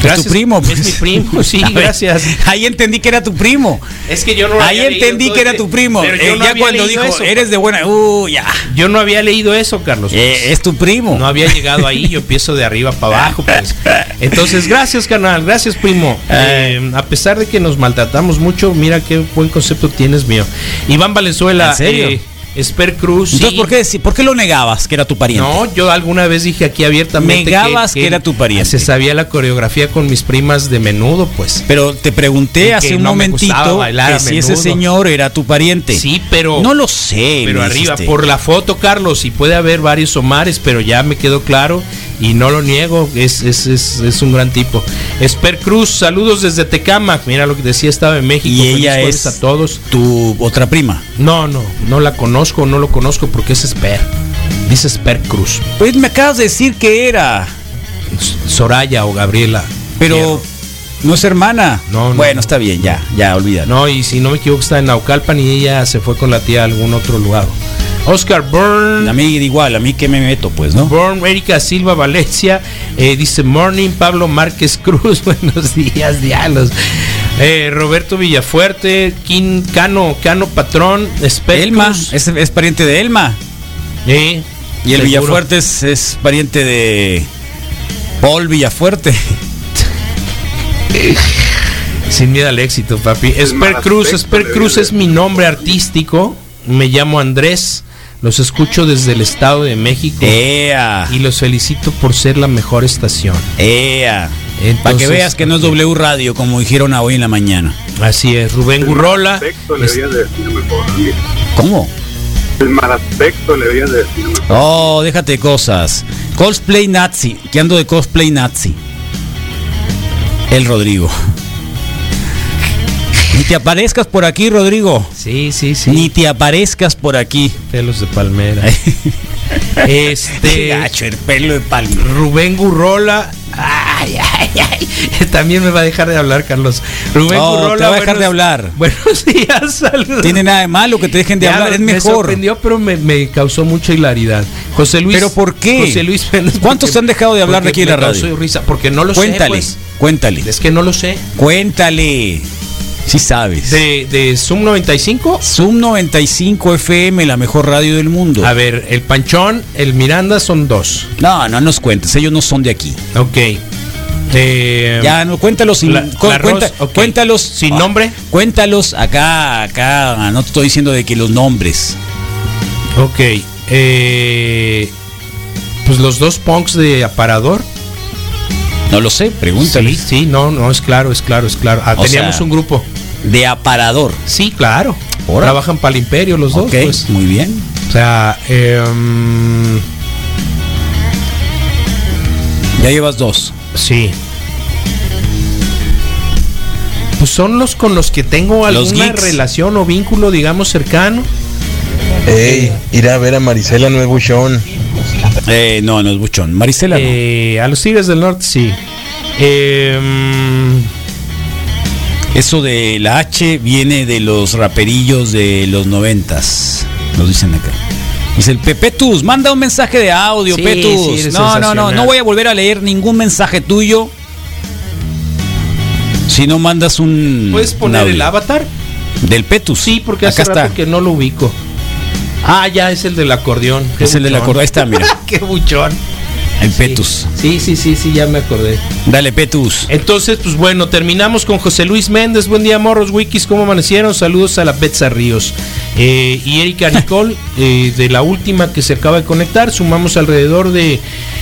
[SPEAKER 1] es tu primo.
[SPEAKER 2] Es
[SPEAKER 1] pues.
[SPEAKER 2] mi primo, sí,
[SPEAKER 1] A ver,
[SPEAKER 2] gracias.
[SPEAKER 1] Ahí entendí que era tu primo.
[SPEAKER 2] Es que yo no lo
[SPEAKER 1] Ahí
[SPEAKER 2] había leído,
[SPEAKER 1] entendí que era tu primo.
[SPEAKER 2] pero yo
[SPEAKER 1] Eh,
[SPEAKER 2] no
[SPEAKER 1] ya
[SPEAKER 2] había
[SPEAKER 1] cuando
[SPEAKER 2] leído
[SPEAKER 1] dijo,
[SPEAKER 2] eso. pues".
[SPEAKER 1] eres de buena. Uh, ya.
[SPEAKER 2] Yo no había leído eso, Carlos. Pues,
[SPEAKER 1] Eh, es tu primo.
[SPEAKER 2] No había llegado ahí, yo empiezo de arriba para abajo. pues. Entonces, gracias, carnal, gracias, primo. Eh, a pesar de que nos maltratamos mucho, mira qué buen concepto tienes mío. Iván Valenzuela,
[SPEAKER 1] ¿En serio?
[SPEAKER 2] eh, Esper Cruz.
[SPEAKER 1] Entonces,
[SPEAKER 2] sí.
[SPEAKER 1] ¿por, qué, deci- ¿por qué lo negabas que era tu pariente?
[SPEAKER 2] No, yo alguna vez dije aquí abiertamente.
[SPEAKER 1] Negabas que era tu pariente.
[SPEAKER 2] Se sabía la coreografía con mis primas de menudo, pues.
[SPEAKER 1] Pero te pregunté
[SPEAKER 2] Y que
[SPEAKER 1] hace un
[SPEAKER 2] no me gustaba
[SPEAKER 1] momentito
[SPEAKER 2] bailar a
[SPEAKER 1] que si ese
[SPEAKER 2] menudo.
[SPEAKER 1] señor era tu pariente.
[SPEAKER 2] Sí, pero.
[SPEAKER 1] No lo sé.
[SPEAKER 2] pero
[SPEAKER 1] me
[SPEAKER 2] arriba,
[SPEAKER 1] dijiste.
[SPEAKER 2] por la foto, Carlos, y puede haber varios Omares, pero ya me quedó claro y no lo niego, es, es, es, es un gran tipo. Esper Cruz, saludos desde Tecama. Mira lo que decía, estaba en México.
[SPEAKER 1] Y
[SPEAKER 2] Feliz
[SPEAKER 1] ella
[SPEAKER 2] jueves
[SPEAKER 1] es
[SPEAKER 2] a todos.
[SPEAKER 1] tu otra prima.
[SPEAKER 2] No, no, no la conozco, no lo conozco porque es Esper. Dice Esper Cruz.
[SPEAKER 1] Pues me acabas de decir que era.
[SPEAKER 2] Soraya o Gabriela.
[SPEAKER 1] Pero
[SPEAKER 2] Fierro.
[SPEAKER 1] no es hermana.
[SPEAKER 2] No, no,
[SPEAKER 1] bueno,
[SPEAKER 2] no.
[SPEAKER 1] está bien, ya, ya, olvídalo.
[SPEAKER 2] No, y si no me equivoco está en Naucalpan y ella se fue con la tía a algún otro lugar. Oscar
[SPEAKER 1] A
[SPEAKER 2] Byrne,
[SPEAKER 1] mí igual, a mí que me meto, pues, ¿no?
[SPEAKER 2] Byrne, Erika Silva Valencia, eh, dice Morning, Pablo Márquez Cruz, buenos días, diablos. Eh, Roberto Villafuerte, Quin, Cano, Cano Patrón,
[SPEAKER 1] Elma,
[SPEAKER 2] Espelma.
[SPEAKER 1] es, es pariente de Elma.
[SPEAKER 2] Eh,
[SPEAKER 1] Y el Villafuerte es, es pariente de Paul Villafuerte.
[SPEAKER 2] Sin miedo al éxito, papi. Esper Cruz, Esper Cruz es mi nombre artístico. Me llamo Andrés. Los escucho desde el Estado de México.
[SPEAKER 1] Ea,
[SPEAKER 2] Y los felicito por ser la mejor estación.
[SPEAKER 1] ea. Para que
[SPEAKER 2] Entonces,
[SPEAKER 1] veas que no es W Radio, como dijeron a hoy en la mañana.
[SPEAKER 2] Así es, Rubén Gurrola. Pues,
[SPEAKER 6] Aspecto le debías de decir mejor.
[SPEAKER 1] ¿Cómo?
[SPEAKER 6] El mal aspecto le debías de decir mejor.
[SPEAKER 1] Oh, déjate de cosas. Cosplay Nazi, que ando de cosplay Nazi. El Rodrigo. Ni te aparezcas por aquí, Rodrigo.
[SPEAKER 2] Sí, sí, sí.
[SPEAKER 1] Ni te aparezcas por aquí.
[SPEAKER 2] pelos de palmera.
[SPEAKER 1] Qué
[SPEAKER 2] este.
[SPEAKER 1] gacho, el pelo de palma.
[SPEAKER 2] Rubén Gurrola. Ay, ay, ay. También me va a dejar de hablar, Carlos. Rubén
[SPEAKER 1] No,
[SPEAKER 2] Gurrola.
[SPEAKER 1] te va a dejar de hablar.
[SPEAKER 2] Buenos días, saludos.
[SPEAKER 1] Tiene nada de malo que te dejen de
[SPEAKER 2] Ya,
[SPEAKER 1] hablar,
[SPEAKER 2] me-
[SPEAKER 1] es
[SPEAKER 2] Me
[SPEAKER 1] mejor.
[SPEAKER 2] sorprendió, pero me, me causó mucha hilaridad. José Luis.
[SPEAKER 1] ¿Pero por qué?
[SPEAKER 2] José Luis Fernández,
[SPEAKER 1] ¿Cuántos
[SPEAKER 2] porque-
[SPEAKER 1] han dejado de hablar de
[SPEAKER 2] porque
[SPEAKER 1] aquí en la
[SPEAKER 2] me
[SPEAKER 1] radio?
[SPEAKER 2] causó risa, porque no lo
[SPEAKER 1] Cuéntale,
[SPEAKER 2] sé.
[SPEAKER 1] cuéntale,
[SPEAKER 2] pues. Es que no lo sé.
[SPEAKER 1] cuéntale. Si sabes.
[SPEAKER 2] De, de Zoom 95.
[SPEAKER 1] Zoom 95 FM, la mejor radio del mundo.
[SPEAKER 2] A ver, el Panchón, el Miranda son dos.
[SPEAKER 1] No, no nos cuentes, ellos no son de aquí.
[SPEAKER 2] Ok. Eh,
[SPEAKER 1] Ya, no, cuéntalos sin,
[SPEAKER 2] La-
[SPEAKER 1] cu-
[SPEAKER 2] la
[SPEAKER 1] cuenta-
[SPEAKER 2] Ros- ok.
[SPEAKER 1] cuéntalos
[SPEAKER 2] ¿Sin
[SPEAKER 1] ah,
[SPEAKER 2] nombre?
[SPEAKER 1] Cuéntalos acá, acá. No te estoy diciendo de que los nombres.
[SPEAKER 2] Ok. eh, pues los dos punks de aparador.
[SPEAKER 1] No lo sé,
[SPEAKER 2] Sí,
[SPEAKER 1] pregúntales.
[SPEAKER 2] sí, no, no, es claro, es claro, es claro. Ah,
[SPEAKER 1] O
[SPEAKER 2] teníamos
[SPEAKER 1] sea-
[SPEAKER 2] un grupo.
[SPEAKER 1] De aparador.
[SPEAKER 2] Sí, claro.
[SPEAKER 1] Ora.
[SPEAKER 2] Trabajan para el imperio los
[SPEAKER 1] ok,
[SPEAKER 2] dos. Pues.
[SPEAKER 1] muy bien.
[SPEAKER 2] O sea, em,
[SPEAKER 1] Ya llevas dos.
[SPEAKER 2] sí. Pues son los con los que tengo
[SPEAKER 1] Los
[SPEAKER 2] alguna
[SPEAKER 1] geeks.
[SPEAKER 2] relación o vínculo, digamos, cercano.
[SPEAKER 3] Ey, ir a ver a Marisela no es buchón.
[SPEAKER 1] Eh, no, no es buchón. Marisela, no.
[SPEAKER 2] Eh, a los Tigres del Norte, sí. Eh, mm,
[SPEAKER 1] Eso de la H viene de los raperillos de los noventas. Nos dicen acá. Dice el Pepe Tus, manda un mensaje de audio,
[SPEAKER 2] Sí,
[SPEAKER 1] Petus.
[SPEAKER 2] sí, eres
[SPEAKER 1] no, no, no,
[SPEAKER 2] sensacional.
[SPEAKER 1] no voy a volver a leer ningún mensaje tuyo. Si no mandas un.
[SPEAKER 2] ¿Puedes
[SPEAKER 1] un
[SPEAKER 2] poner el
[SPEAKER 1] audio.
[SPEAKER 2] avatar?
[SPEAKER 1] Del Petus.
[SPEAKER 2] Sí, porque hace
[SPEAKER 1] acá
[SPEAKER 2] rato
[SPEAKER 1] está.
[SPEAKER 2] que no lo ubico. Ah, ya es el del acordeón. Qué
[SPEAKER 1] Es el de la
[SPEAKER 2] buchón.
[SPEAKER 1] corda. Ahí está, mira.
[SPEAKER 2] Qué buchón.
[SPEAKER 1] El Petus.
[SPEAKER 2] Sí, sí, sí, sí, ya me acordé.
[SPEAKER 1] Dale, Petus.
[SPEAKER 2] Entonces, pues bueno, terminamos con José Luis Méndez. Buen día, morros, wikis, ¿cómo amanecieron? Saludos a la Betsa Ríos. Eh, y Erika Nicole, eh, de la última que se acaba de conectar, sumamos alrededor de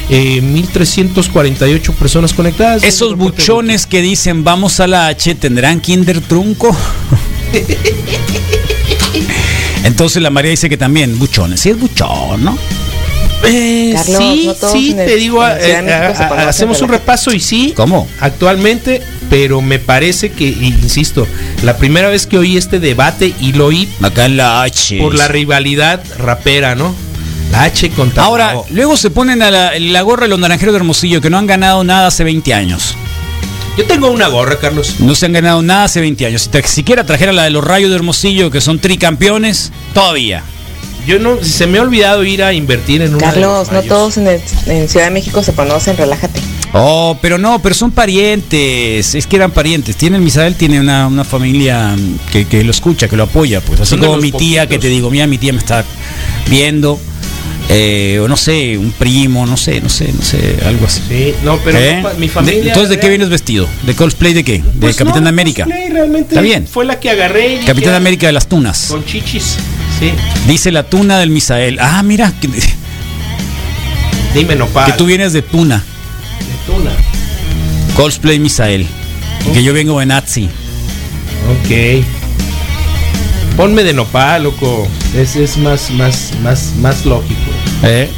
[SPEAKER 2] eh, 1.348 personas conectadas.
[SPEAKER 1] Esos buchones que dicen vamos a la H tendrán Kinder Trunco. Entonces la María dice que también, buchones. Sí, es buchón, ¿no?
[SPEAKER 2] Eh,
[SPEAKER 7] Carlos,
[SPEAKER 2] sí,
[SPEAKER 7] no todos
[SPEAKER 2] sí,
[SPEAKER 7] en el-
[SPEAKER 2] te digo,
[SPEAKER 7] en la Ciudad de
[SPEAKER 2] eh,
[SPEAKER 7] México
[SPEAKER 2] a-
[SPEAKER 7] se
[SPEAKER 2] a-
[SPEAKER 7] conocen,
[SPEAKER 2] hacemos un
[SPEAKER 7] pero-
[SPEAKER 2] repaso y sí,
[SPEAKER 1] ¿Cómo?
[SPEAKER 2] actualmente, pero me parece que, y- insisto, la primera vez que oí este debate y lo oí
[SPEAKER 1] Acá en la H.
[SPEAKER 2] por la rivalidad rapera, ¿no? La H Oh, contra
[SPEAKER 1] Ahora,
[SPEAKER 2] la O.
[SPEAKER 1] luego se ponen a la, la gorra de los naranjeros de Hermosillo, que no han ganado nada hace 20 años.
[SPEAKER 2] yo tengo una gorra, Carlos.
[SPEAKER 1] No se han ganado nada hace 20 años. Si tan siquiera trajera la de los rayos de Hermosillo, que son tricampeones, todavía.
[SPEAKER 2] Yo no, se me ha olvidado ir a invertir en una. de los
[SPEAKER 7] Carlos, no
[SPEAKER 2] rayos.
[SPEAKER 7] todos en, el- en Ciudad de México se conocen, relájate.
[SPEAKER 1] Oh, pero no, pero son parientes. Es que eran parientes. Tienen, Misael tiene una, una familia mm, que, que lo escucha, que lo apoya, pues. Así
[SPEAKER 2] Son de
[SPEAKER 1] como
[SPEAKER 2] los
[SPEAKER 1] mi tía, que
[SPEAKER 2] poquitos.
[SPEAKER 1] te digo, mira, mi tía me está viendo. eh, o no sé, un primo, no sé, no sé, no sé, algo así.
[SPEAKER 2] Sí, no, pero
[SPEAKER 1] ¿Eh?
[SPEAKER 2] no pa- mi
[SPEAKER 1] De-
[SPEAKER 2] familia.
[SPEAKER 1] entonces, ¿de qué
[SPEAKER 2] real-
[SPEAKER 1] vienes vestido? ¿De cosplay de qué? ¿De
[SPEAKER 2] Pues no,
[SPEAKER 1] Capitán América?
[SPEAKER 2] cosplay, realmente
[SPEAKER 1] Está bien.
[SPEAKER 2] Fue la que agarré. y dije,
[SPEAKER 1] Capitán
[SPEAKER 2] ah,
[SPEAKER 1] América de las Tunas.
[SPEAKER 2] Con chichis. Sí.
[SPEAKER 1] Dice la tuna del Misael. Ah, mira, que, que
[SPEAKER 2] Dime
[SPEAKER 4] Ah.
[SPEAKER 2] nopal.
[SPEAKER 1] tú vienes de tuna.
[SPEAKER 2] de tuna.
[SPEAKER 1] Cosplay Misael.
[SPEAKER 2] Oh.
[SPEAKER 1] Y que yo vengo de Nazi.
[SPEAKER 2] Ok. Ponme de nopal, loco. Es, es más, más, más, más lógico.
[SPEAKER 1] ¿Eh?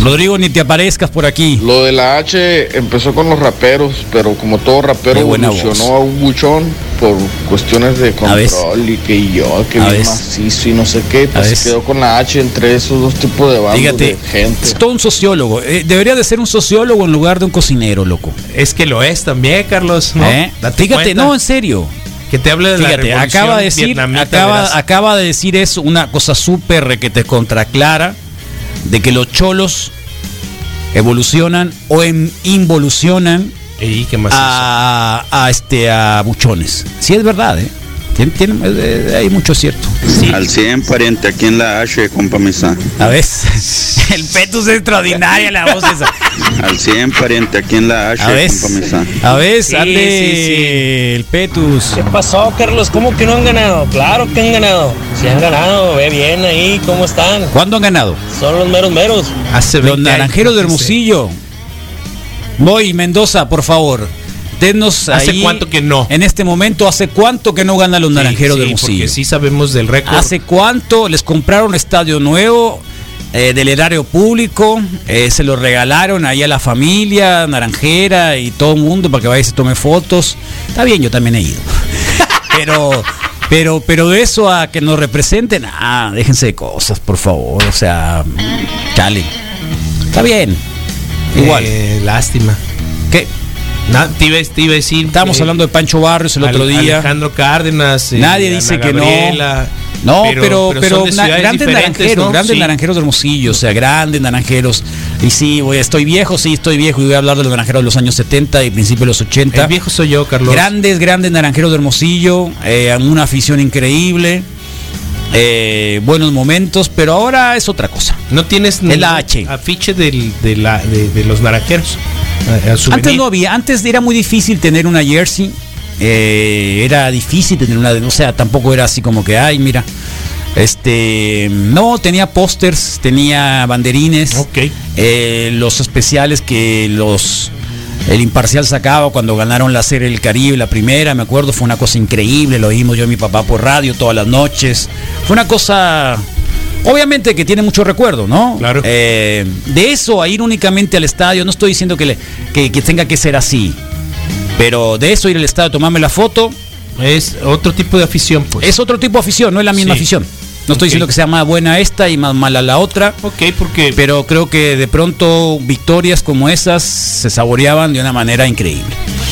[SPEAKER 1] Rodrigo, ni te aparezcas por aquí.
[SPEAKER 4] Lo de la H empezó con los raperos, pero como todo rapero
[SPEAKER 1] Qué buena
[SPEAKER 4] evolucionó
[SPEAKER 1] voz.
[SPEAKER 4] a un buchón por cuestiones de
[SPEAKER 1] A ves.
[SPEAKER 4] control y que yo, que
[SPEAKER 1] A
[SPEAKER 4] bien
[SPEAKER 1] ves.
[SPEAKER 4] macizo y no sé qué, pues
[SPEAKER 1] ves.
[SPEAKER 4] se quedó con la H entre esos dos tipos de bandos
[SPEAKER 1] Fíjate,
[SPEAKER 4] de gente.
[SPEAKER 1] es todo un sociólogo. Eh, debería de ser un sociólogo en lugar de un cocinero, loco.
[SPEAKER 2] Es que lo es también, Carlos. ¿no?
[SPEAKER 1] ¿Eh?
[SPEAKER 2] Date
[SPEAKER 1] Fíjate,
[SPEAKER 2] cuenta
[SPEAKER 1] no, en serio.
[SPEAKER 2] Que te hable de
[SPEAKER 1] Fíjate,
[SPEAKER 2] la revolución
[SPEAKER 1] acaba de decir,
[SPEAKER 2] vietnamita, verás.
[SPEAKER 1] acaba, acaba de decir eso, una cosa súper que te contraclara, de que los cholos evolucionan o em- involucionan
[SPEAKER 2] Ey, ¿qué más
[SPEAKER 1] a, a, este a buchones. Sí es verdad, ¿eh? Tien- tiene- eh, hay mucho cierto.
[SPEAKER 8] Al 100 pariente, aquí en la H, compa misa.
[SPEAKER 1] A veces. El petus es extraordinaria la voz esa.
[SPEAKER 8] Al 100 pariente, aquí en la H,
[SPEAKER 1] A veces.
[SPEAKER 8] compa misa.
[SPEAKER 1] A veces,
[SPEAKER 2] Sí,
[SPEAKER 1] ande
[SPEAKER 2] sí, sí.
[SPEAKER 1] el petus.
[SPEAKER 9] pasó, Carlos? ¿Cómo que no han ganado? Claro que han ganado. Si han ganado, ve bien ahí, ¿cómo están?
[SPEAKER 1] ¿Cuándo han ganado?
[SPEAKER 9] Son los meros meros.
[SPEAKER 2] es? Hace
[SPEAKER 1] Los
[SPEAKER 2] 20 años,
[SPEAKER 1] naranjeros de
[SPEAKER 2] dice.
[SPEAKER 1] Hermosillo. Voy, Mendoza, por favor. Denos
[SPEAKER 2] ¿Hace
[SPEAKER 1] ahí-
[SPEAKER 2] cuánto que no?
[SPEAKER 1] En este momento, ¿hace cuánto que no ganan los
[SPEAKER 2] Sí,
[SPEAKER 1] naranjeros de
[SPEAKER 2] sí,
[SPEAKER 1] Hermosillo? Ah,
[SPEAKER 2] Porque sí sabemos del récord.
[SPEAKER 1] ¿Hace cuánto les compraron estadio nuevo eh, del erario público? eh, se lo regalaron ahí a la familia naranjera y todo el mundo para que vaya y se tome fotos. Está bien, yo también he ido. Pero, pero, pero de eso a que nos representen, ah, déjense de cosas, por favor. O sea, chale. Está bien. Igual.
[SPEAKER 2] Eh, lástima.
[SPEAKER 1] ¿Qué?
[SPEAKER 2] Na- te, iba, te iba a decir.
[SPEAKER 1] Estábamos
[SPEAKER 2] eh,
[SPEAKER 1] hablando de Pancho Barrios el otro
[SPEAKER 2] Ale-
[SPEAKER 1] día.
[SPEAKER 2] Alejandro Cárdenas. eh,
[SPEAKER 1] Nadie
[SPEAKER 2] Ana
[SPEAKER 1] dice que
[SPEAKER 2] Gabriela,
[SPEAKER 1] no. No, pero, pero,
[SPEAKER 2] son de
[SPEAKER 1] na-
[SPEAKER 2] ciudades
[SPEAKER 1] grandes
[SPEAKER 2] diferentes,
[SPEAKER 1] naranjeros,
[SPEAKER 2] ¿no?
[SPEAKER 1] grandes
[SPEAKER 2] Sí.
[SPEAKER 1] naranjeros de Hermosillo, o sea, grandes naranjeros. Y sí, voy, estoy viejo, sí, estoy viejo y voy a hablar de los naranjeros de los años 70 y principios de los 80.
[SPEAKER 2] El viejo soy yo, Carlos.
[SPEAKER 1] Grandes, grandes naranjeros de Hermosillo, eh, una afición increíble, eh, buenos momentos, pero ahora es otra cosa.
[SPEAKER 2] No tienes
[SPEAKER 1] El
[SPEAKER 2] ningún
[SPEAKER 1] H.
[SPEAKER 2] afiche del, de, la, de, de los naranjeros. eh, al souvenir.
[SPEAKER 1] Antes no había, antes era muy difícil tener una jersey. eh, era difícil tener una, o sea, tampoco era así como que, ay, mira. Este, no, tenía pósters, tenía banderines.
[SPEAKER 2] Ok.
[SPEAKER 1] eh, los especiales que los el imparcial sacaba cuando ganaron la serie del Caribe, la primera, me acuerdo, fue una cosa increíble, lo oímos yo y mi papá por radio todas las noches. Fue una cosa obviamente que tiene mucho recuerdo, ¿no?
[SPEAKER 2] Claro.
[SPEAKER 1] Eh, de eso a ir únicamente al estadio, no estoy diciendo que, le- que, que tenga que ser así, pero de eso ir al estadio, tomarme la foto,
[SPEAKER 2] Es otro tipo de afición, pues.
[SPEAKER 1] es otro tipo de afición, no es la misma
[SPEAKER 2] Sí.
[SPEAKER 1] afición. No No estoy
[SPEAKER 2] Ok.
[SPEAKER 1] diciendo que sea más buena esta y más mala la otra.
[SPEAKER 2] Ok, porque
[SPEAKER 1] Pero creo que de pronto victorias como esas se saboreaban de una manera increíble.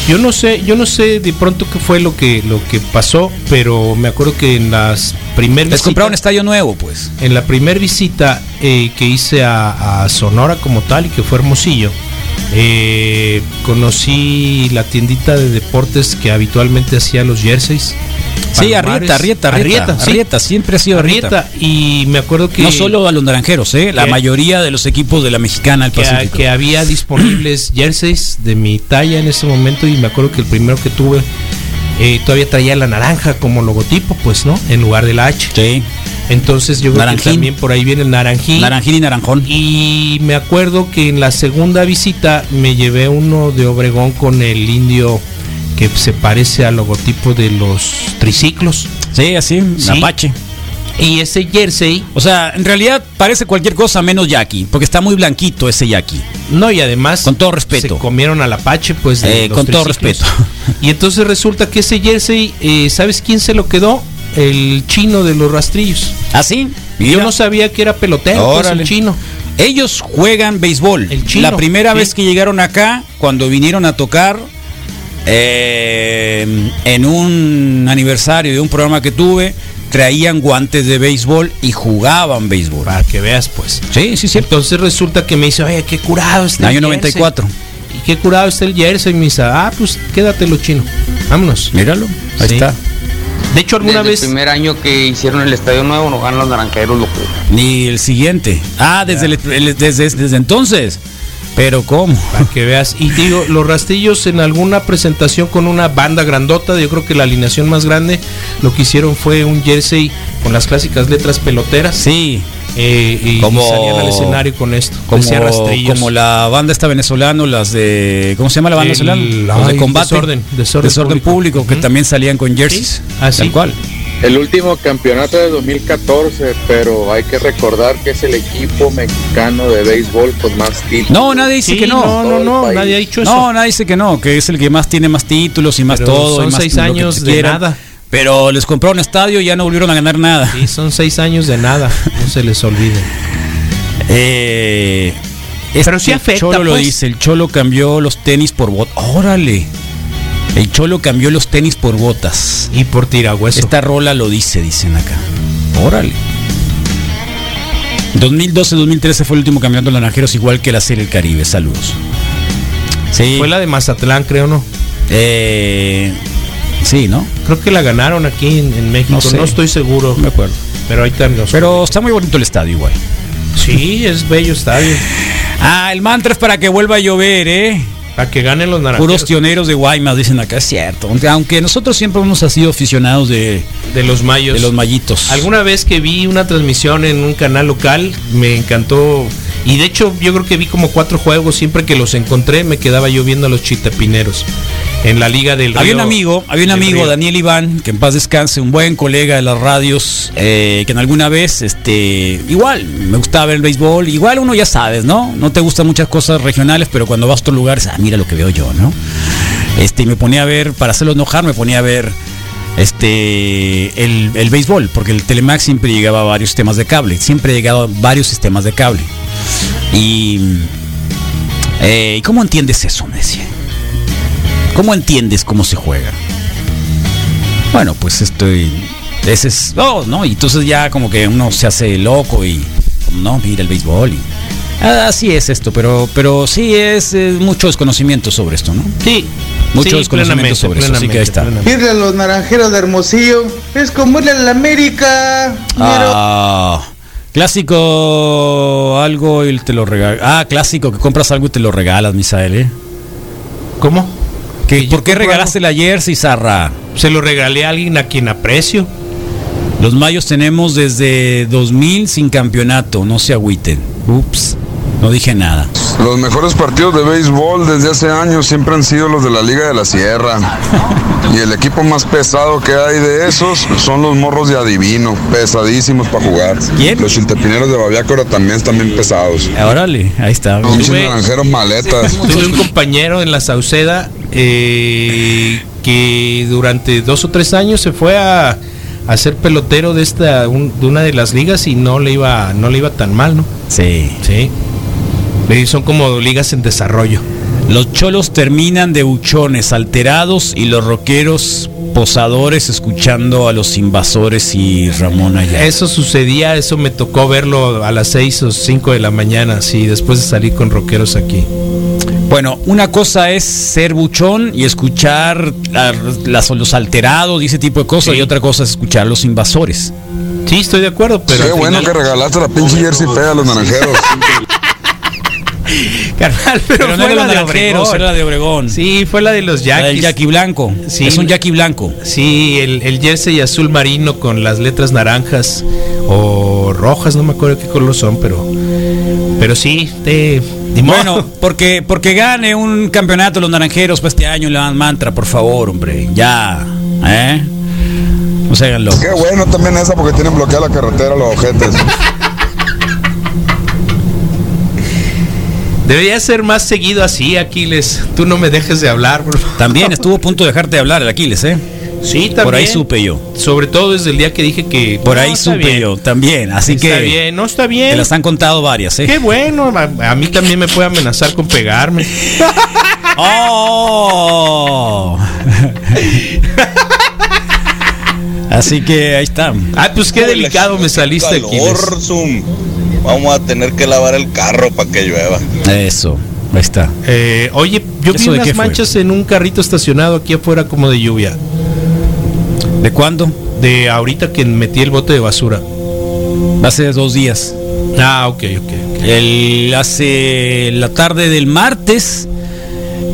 [SPEAKER 2] yo no sé, yo no sé de pronto qué fue lo que lo que pasó, pero me acuerdo que en las primeras
[SPEAKER 1] Les compraron un estadio nuevo, pues.
[SPEAKER 2] en la primera visita eh, que hice a, a Sonora como tal y que fue Hermosillo, eh, conocí la tiendita de deportes que habitualmente hacía los jerseys.
[SPEAKER 1] Sí,
[SPEAKER 2] Palomares.
[SPEAKER 1] Arrieta, Arrieta, Arrieta.
[SPEAKER 2] sí.
[SPEAKER 1] Arrieta, siempre ha sido Arrieta.
[SPEAKER 2] Arrieta, Y me acuerdo que
[SPEAKER 1] No solo a los naranjeros, ¿eh? La
[SPEAKER 2] que-
[SPEAKER 1] mayoría de los equipos de la mexicana del
[SPEAKER 2] que, a-
[SPEAKER 1] Pacífico.
[SPEAKER 2] que había disponibles jerseys de mi talla en ese momento y me acuerdo que el primero que tuve eh, todavía traía la naranja como logotipo, pues, ¿no? En lugar de la H.
[SPEAKER 1] Sí,
[SPEAKER 2] Entonces yo creo que
[SPEAKER 1] Naranjín.
[SPEAKER 2] también por ahí viene el naranjín.
[SPEAKER 1] naranjín y naranjón.
[SPEAKER 2] Y me acuerdo que en la segunda visita me llevé uno de Obregón con el indio que se parece al logotipo de los triciclos.
[SPEAKER 1] Sí, así,
[SPEAKER 2] Sí.
[SPEAKER 1] Apache.
[SPEAKER 2] Y ese jersey,
[SPEAKER 1] O sea, en realidad parece cualquier cosa menos Jackie, porque está muy blanquito ese Jackie.
[SPEAKER 2] no, y además...
[SPEAKER 1] Con todo respeto.
[SPEAKER 2] Se comieron al Apache, pues... de
[SPEAKER 1] Eh,
[SPEAKER 2] los
[SPEAKER 1] con todo
[SPEAKER 2] triciclos.
[SPEAKER 1] respeto.
[SPEAKER 2] Y entonces resulta que ese jersey, eh, ¿sabes quién se lo quedó? El chino de los rastrillos.
[SPEAKER 1] ¿Así?
[SPEAKER 2] Yo no sabía que era pelotero, pues, el
[SPEAKER 1] Órale.
[SPEAKER 2] chino.
[SPEAKER 1] Ellos juegan béisbol.
[SPEAKER 2] El chino,
[SPEAKER 1] la primera
[SPEAKER 2] sí.
[SPEAKER 1] vez que llegaron acá, cuando vinieron a tocar eh, en un aniversario de un programa que tuve, traían guantes de béisbol y jugaban béisbol.
[SPEAKER 2] Para que veas, pues.
[SPEAKER 1] Sí, sí, cierto.
[SPEAKER 2] Entonces resulta que me dice, oye, qué curado este.
[SPEAKER 1] Año
[SPEAKER 2] jersey".
[SPEAKER 1] 94.
[SPEAKER 2] Y qué curado está el jersey. Y me dice, ah, pues quédatelo chino. Vámonos.
[SPEAKER 1] Míralo, ahí
[SPEAKER 2] Sí.
[SPEAKER 1] está.
[SPEAKER 2] De hecho, alguna vez.
[SPEAKER 9] año que hicieron el estadio nuevo nos ganan los naranjeros, loco.
[SPEAKER 1] Ni el siguiente. Ah, desde, el- el- desde, desde entonces. Pero ¿cómo?
[SPEAKER 2] Para que veas. Y digo, los rastillos en alguna presentación con una banda grandota, yo creo que la alineación más grande, lo que hicieron fue un jersey con las clásicas letras peloteras.
[SPEAKER 1] Sí,
[SPEAKER 2] eh, y
[SPEAKER 1] Como-
[SPEAKER 2] salían al escenario con esto.
[SPEAKER 1] como,
[SPEAKER 2] Decía rastrillos.
[SPEAKER 1] como la banda esta venezolana, las de. ¿Cómo se llama la banda
[SPEAKER 2] El-
[SPEAKER 1] venezolana? Los
[SPEAKER 2] ay,
[SPEAKER 1] de combate.
[SPEAKER 2] Desorden, Desorden
[SPEAKER 1] público,
[SPEAKER 2] Público,
[SPEAKER 1] que
[SPEAKER 2] ujú.
[SPEAKER 1] también salían con jerseys.
[SPEAKER 2] Sí, así.
[SPEAKER 1] Tal cual.
[SPEAKER 4] El último campeonato de 2014, pero hay que recordar que es el equipo mexicano de béisbol con más títulos.
[SPEAKER 1] No, nadie dice
[SPEAKER 2] Sí,
[SPEAKER 1] que no.
[SPEAKER 2] no, no,
[SPEAKER 4] Todo
[SPEAKER 2] no,
[SPEAKER 4] el
[SPEAKER 2] nadie ha
[SPEAKER 4] país.
[SPEAKER 2] dicho eso.
[SPEAKER 1] No, nadie dice que no, que es el que más tiene más títulos y más
[SPEAKER 2] Pero
[SPEAKER 1] todo. y
[SPEAKER 2] son
[SPEAKER 1] más
[SPEAKER 2] seis
[SPEAKER 1] lo que
[SPEAKER 2] años
[SPEAKER 1] se
[SPEAKER 2] de
[SPEAKER 1] quieran.
[SPEAKER 2] nada.
[SPEAKER 1] Pero les compraron estadio y ya no volvieron a ganar nada.
[SPEAKER 2] Sí, son seis años de nada, no se les olvide.
[SPEAKER 1] Eh,
[SPEAKER 2] Pero
[SPEAKER 1] este
[SPEAKER 2] sí afecta,
[SPEAKER 1] Cholo lo
[SPEAKER 2] pues.
[SPEAKER 1] dice, el Cholo cambió los tenis por botas. Órale. El Cholo cambió los tenis por botas.
[SPEAKER 2] Y por tirahueso.
[SPEAKER 1] Esta rola lo dice, dicen acá. Órale. 2012-2013 fue el último campeonato de los naranjeros, igual que la Serie del Caribe. Saludos. Sí.
[SPEAKER 2] Fue la de Mazatlán, creo, ¿no?
[SPEAKER 1] eh, sí, ¿no?
[SPEAKER 2] Creo que la ganaron aquí en, en México,
[SPEAKER 1] No
[SPEAKER 2] no,
[SPEAKER 1] sé.
[SPEAKER 2] estoy seguro.
[SPEAKER 1] No me acuerdo.
[SPEAKER 2] Pero ahí también.
[SPEAKER 1] Pero está muy bonito el estadio igual.
[SPEAKER 2] Sí, es bello estadio.
[SPEAKER 1] Ah, el mantra es para que vuelva a llover, ¿eh?
[SPEAKER 2] Para que ganen los
[SPEAKER 1] Puros
[SPEAKER 2] naranjeros.
[SPEAKER 1] tioneros de Guaymas, dicen acá, es cierto. Aunque- Aunque nosotros siempre hemos sido aficionados de,
[SPEAKER 2] de los mayos.
[SPEAKER 1] de los mayitos.
[SPEAKER 2] Alguna vez que vi una transmisión en un canal local, me encantó. Y de hecho, yo creo que vi como cuatro juegos. Siempre que los encontré, me quedaba yo viendo a los chitapineros. En la Liga del
[SPEAKER 1] había
[SPEAKER 2] Río-
[SPEAKER 1] un amigo, había un
[SPEAKER 2] del
[SPEAKER 1] amigo,
[SPEAKER 2] Río.
[SPEAKER 1] Daniel Iván, que en paz descanse, un buen colega de las radios, eh, que en alguna vez, este, igual, me gustaba ver el béisbol, igual uno ya sabes, ¿no? No te gustan muchas cosas regionales, pero cuando vas a otros lugares, ah, mira lo que veo yo, ¿no? Este, y me ponía a ver, para hacerlo enojar, me ponía a ver este el, el béisbol, porque el Telemax siempre llegaba a varios temas de cable, siempre llegaba a varios sistemas de cable. Y eh, ¿y ¿cómo entiendes eso? Me decía. ¿Cómo entiendes cómo se juega? Bueno, pues estoy. Ese es. Oh, ¿no? Y entonces ya como que uno se hace loco y. No, mira el béisbol y. ah, Así es esto, pero, pero sí es eh, mucho desconocimiento sobre esto, ¿no?
[SPEAKER 2] Sí.
[SPEAKER 1] Mucho
[SPEAKER 2] Sí,
[SPEAKER 1] desconocimiento
[SPEAKER 2] plenamente,
[SPEAKER 1] sobre eso, así que ahí está.
[SPEAKER 2] plenamente,
[SPEAKER 10] Irle a los naranjeros de Hermosillo es como irle a la América.
[SPEAKER 1] Ah, clásico algo y te lo regala. Ah, clásico que compras algo y te lo regalas, Misael, ¿eh?
[SPEAKER 2] plenamente. ¿Cómo?
[SPEAKER 1] ¿Qué-
[SPEAKER 2] Que yo
[SPEAKER 1] ¿Por qué
[SPEAKER 2] compro
[SPEAKER 1] regalaste la jersey, Sarra?
[SPEAKER 2] Se lo regalé a alguien a quien aprecio.
[SPEAKER 1] Los mayos tenemos desde 2000 sin campeonato, no se agüiten. Ups, no dije nada.
[SPEAKER 10] Los mejores partidos de béisbol desde hace años siempre han sido los de la Liga de la Sierra. Y el equipo más pesado que hay de esos son los morros de adivino, pesadísimos para jugar.
[SPEAKER 1] ¿Quién?
[SPEAKER 10] Los chiltepineros de Babiácora también están bien pesados.
[SPEAKER 1] Órale, ahí está.
[SPEAKER 10] Los
[SPEAKER 2] Tuve-
[SPEAKER 10] naranjeros maletas.
[SPEAKER 2] Tuve un compañero en la Sauceda eh, que durante dos o tres años se fue a, a ser pelotero de esta un- de una de las ligas y no le iba no le iba tan mal, ¿no?
[SPEAKER 1] Sí.
[SPEAKER 2] Sí. Y son como ligas en desarrollo.
[SPEAKER 1] Los cholos terminan de buchones alterados y los rockeros posadores escuchando a los invasores y Ramón allá.
[SPEAKER 2] Eso sucedía, eso me tocó verlo a las 6 o 5 de la mañana, sí, después de salir con rockeros aquí.
[SPEAKER 1] Bueno, una cosa es ser buchón y escuchar a las- los alterados y ese tipo de cosas, y otra cosa es escuchar a los invasores.
[SPEAKER 2] Sí, estoy de acuerdo, pero
[SPEAKER 10] Qué
[SPEAKER 2] al
[SPEAKER 10] bueno que
[SPEAKER 2] final-
[SPEAKER 10] regalaste la pinche jersey fea a los naranjeros.
[SPEAKER 2] Carnal, pero,
[SPEAKER 1] Pero no
[SPEAKER 2] fue
[SPEAKER 1] era
[SPEAKER 2] la de
[SPEAKER 1] naranjeros,
[SPEAKER 2] Obregón.
[SPEAKER 1] era la de Obregón.
[SPEAKER 2] Sí, fue la de los
[SPEAKER 1] La del
[SPEAKER 2] Yankees.
[SPEAKER 1] Jackie Blanco.
[SPEAKER 2] Sí.
[SPEAKER 1] Es un Jackie Blanco.
[SPEAKER 2] Sí, el, el jersey azul marino con las letras naranjas o rojas, no me acuerdo qué color son, pero pero sí, te ni modo.
[SPEAKER 1] Bueno, porque, porque gane un campeonato los naranjeros para este año le dan mantra, por favor, hombre. Ya. ¿Eh? No se hagan locos.
[SPEAKER 10] Qué bueno también esa porque tienen bloqueada la carretera los ojetes.
[SPEAKER 2] debería ser más seguido así, Aquiles. Tú no me dejes de hablar, por favor.
[SPEAKER 1] También estuvo a punto de dejarte de hablar el Aquiles, ¿eh?
[SPEAKER 2] Sí, también.
[SPEAKER 1] Por ahí supe yo.
[SPEAKER 2] Sobre todo desde el día que dije que
[SPEAKER 1] Por ahí
[SPEAKER 2] No, está
[SPEAKER 1] supe
[SPEAKER 2] bien.
[SPEAKER 1] yo también. Así
[SPEAKER 2] Está
[SPEAKER 1] que
[SPEAKER 2] bien, no está
[SPEAKER 1] te
[SPEAKER 2] bien.
[SPEAKER 1] las han contado varias, ¿eh?
[SPEAKER 2] Qué bueno, a, a mí también me puede amenazar con pegarme.
[SPEAKER 1] ¡Oh! Así que ahí está.
[SPEAKER 2] Ay, pues qué delicado me saliste, Aquiles.
[SPEAKER 5] Calor, Zoom. Vamos a tener que lavar el carro para que llueva.
[SPEAKER 1] Eso, ahí está.
[SPEAKER 2] Eh, oye, yo vi
[SPEAKER 1] ¿Eso de qué
[SPEAKER 2] unas
[SPEAKER 1] fue?
[SPEAKER 2] manchas en un carrito estacionado aquí afuera como de lluvia.
[SPEAKER 1] ¿De cuándo?
[SPEAKER 2] De ahorita que metí el bote de basura.
[SPEAKER 1] Hace dos días.
[SPEAKER 2] Ah, ok, ok.
[SPEAKER 1] El, hace la tarde del martes,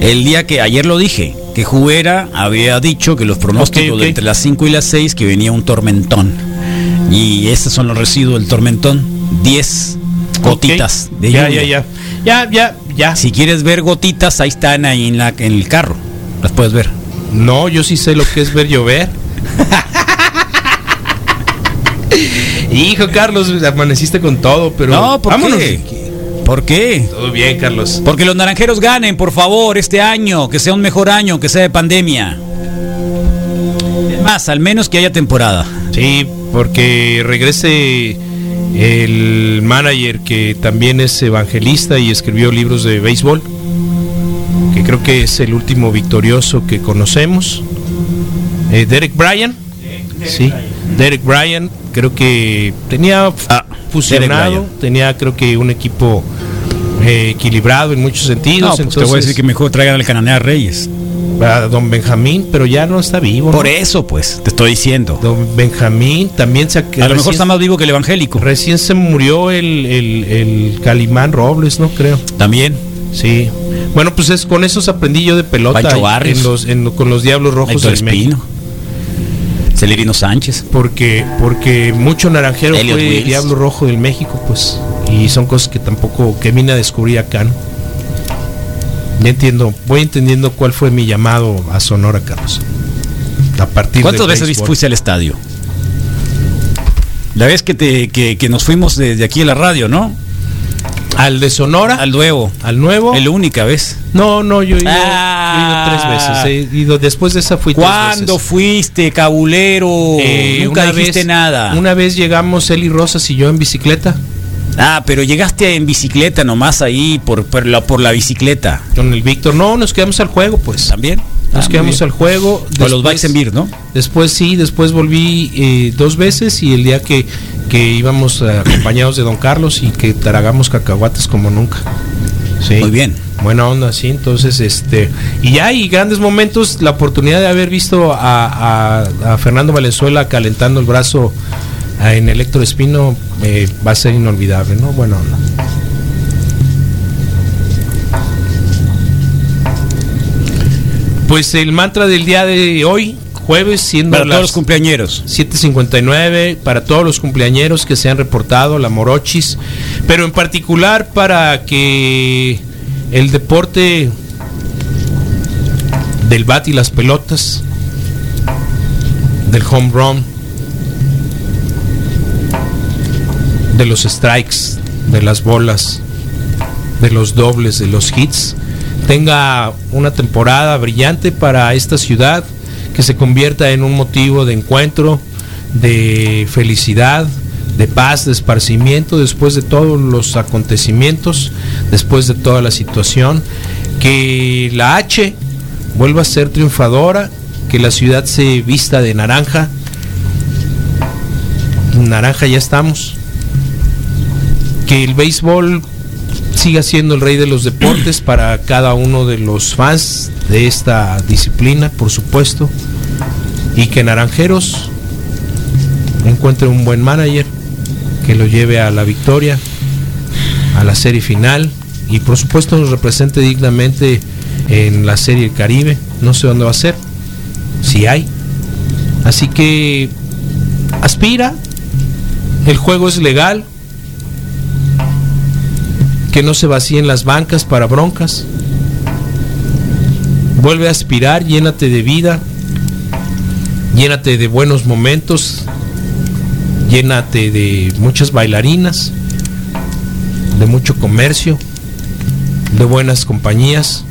[SPEAKER 1] el día que ayer lo dije, que Juguera había dicho que los pronósticos
[SPEAKER 2] Ok, ok.
[SPEAKER 1] de entre las 5 y las 6 que venía un tormentón. Y estos son los residuos del tormentón. 10 gotitas
[SPEAKER 2] Ok.
[SPEAKER 1] de
[SPEAKER 2] ya,
[SPEAKER 1] lluvia.
[SPEAKER 2] ya, ya. Ya, ya, ya.
[SPEAKER 1] Si quieres ver gotitas, ahí están ahí en, la, en el carro. Las puedes ver.
[SPEAKER 2] No, yo sí sé lo que es ver llover. Hijo, Carlos, amaneciste con todo, pero.
[SPEAKER 1] No, ¿por
[SPEAKER 2] Vámonos
[SPEAKER 1] qué?
[SPEAKER 2] de aquí.
[SPEAKER 1] ¿Por qué?
[SPEAKER 2] Todo bien, Carlos.
[SPEAKER 1] Porque los naranjeros ganen, por favor, este año, que sea un mejor año, que sea de pandemia. Es Más, al menos que haya temporada.
[SPEAKER 2] Sí, porque regrese el manager que también es evangelista y escribió libros de béisbol, que creo que es el último victorioso que conocemos. Eh, Derek Bryan. Sí, Derek Bryan creo que tenía fusionado,
[SPEAKER 1] Ah, Bryan.
[SPEAKER 2] tenía creo que un equipo eh, equilibrado en muchos sentidos.
[SPEAKER 1] pues
[SPEAKER 2] pues, entonces,
[SPEAKER 1] mejor traigan al Cananea Reyes.
[SPEAKER 2] a Don Benjamín, pero ya no está vivo. ¿no?
[SPEAKER 1] Por eso, pues, te estoy diciendo.
[SPEAKER 2] Don Benjamín también se
[SPEAKER 1] A lo mejor está más vivo que el evangélico.
[SPEAKER 2] Recién se murió el, el, el Calimán Robles, ¿no? Creo.
[SPEAKER 1] También.
[SPEAKER 2] Sí. Bueno, pues es, con esos aprendí yo de pelota.
[SPEAKER 1] Pancho
[SPEAKER 2] en-
[SPEAKER 1] Barrios.
[SPEAKER 2] en los, en lo- con los Diablos Rojos
[SPEAKER 1] Héctor
[SPEAKER 2] del México.
[SPEAKER 1] Espino. Celerino Sánchez.
[SPEAKER 2] Porque, porque mucho naranjero
[SPEAKER 1] Elliot
[SPEAKER 2] fue
[SPEAKER 1] Wills.
[SPEAKER 2] Diablo Rojo del México, pues. Y son cosas que tampoco, que vine a descubrir acá, ¿no? Ya entiendo, voy entendiendo cuál fue mi llamado a Sonora, Carlos. A partir
[SPEAKER 1] ¿Cuántas
[SPEAKER 2] del
[SPEAKER 1] veces
[SPEAKER 2] béisbol.
[SPEAKER 1] fuiste al estadio? La vez que, te, que, que nos fuimos desde aquí a la radio, ¿no?
[SPEAKER 2] al de Sonora, al,
[SPEAKER 1] Al nuevo.
[SPEAKER 2] nuevo.
[SPEAKER 1] Es la única vez.
[SPEAKER 2] No, no, yo he ido,
[SPEAKER 1] Ah.
[SPEAKER 2] yo he ido tres veces. He ido, después de esa fui tres
[SPEAKER 1] ¿Cuándo
[SPEAKER 2] veces.
[SPEAKER 1] fuiste, cabulero?
[SPEAKER 2] Eh,
[SPEAKER 1] Nunca
[SPEAKER 2] una
[SPEAKER 1] dijiste
[SPEAKER 2] vez-
[SPEAKER 1] nada.
[SPEAKER 2] Una vez llegamos Eli Rosas y yo en bicicleta
[SPEAKER 1] Ah, pero llegaste en bicicleta nomás ahí por, por la, por la bicicleta.
[SPEAKER 2] con el Víctor. No, nos quedamos al juego, pues.
[SPEAKER 1] ¿También?
[SPEAKER 2] Nos
[SPEAKER 1] Ah,
[SPEAKER 2] quedamos
[SPEAKER 1] muy
[SPEAKER 2] al juego.
[SPEAKER 1] bien. Con los bikes en Beer, ¿no?
[SPEAKER 2] Después sí, después volví eh, dos veces y el día que, que íbamos eh, acompañados de Don Carlos y que tragamos cacahuates como nunca. Sí.
[SPEAKER 1] Muy bien.
[SPEAKER 2] Buena onda, sí. Entonces, este. Y ya hay grandes momentos. La oportunidad de haber visto a, a- a Fernando Valenzuela calentando el brazo eh, en Electro Espino eh, va a ser inolvidable, ¿no? Buena onda. Pues el mantra del día de hoy, jueves, siendo
[SPEAKER 1] Para todos
[SPEAKER 2] las-
[SPEAKER 1] los cumpleañeros.
[SPEAKER 2] 759 para todos los cumpleañeros que se han reportado, la Morochis, pero en particular para que el deporte del bat y las pelotas, del home run, de los strikes, de las bolas, de los dobles, de los hits, tenga una temporada brillante para esta ciudad, que se convierta en un motivo de encuentro, de felicidad, de paz, de esparcimiento, después de todos los acontecimientos, después de toda la situación, que la H vuelva a ser triunfadora, que la ciudad se vista de naranja. Naranja ya estamos. Que el béisbol siga siendo el rey de los deportes para cada uno de los fans de esta disciplina, por supuesto. Y que Naranjeros encuentre un buen manager que lo lleve a la victoria, a la serie final y por supuesto nos represente dignamente en la serie del Caribe. No sé dónde va a ser, si hay. Así que aspira, el juego es legal, que no se vacíen las bancas para broncas. Vuelve a aspirar, llénate de vida, llénate de buenos momentos, llénate de muchas bailarinas, de mucho comercio, de buenas compañías.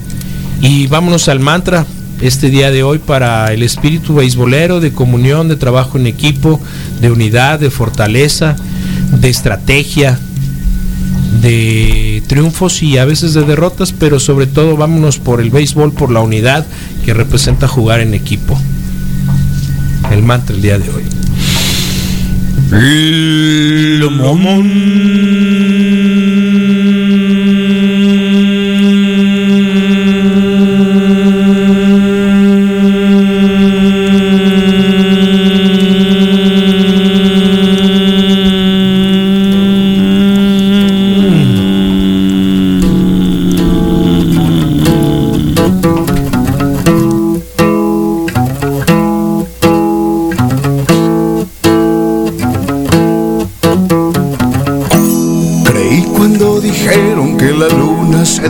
[SPEAKER 2] Y vámonos al mantra este día de hoy para el espíritu beisbolero de comunión, de trabajo en equipo, de unidad, de fortaleza, de estrategia, de triunfos y a veces de derrotas, pero sobre todo vámonos por el béisbol, por la unidad que representa jugar en equipo. El mantra el día de hoy.
[SPEAKER 11] Creí cuando dijeron que la luna se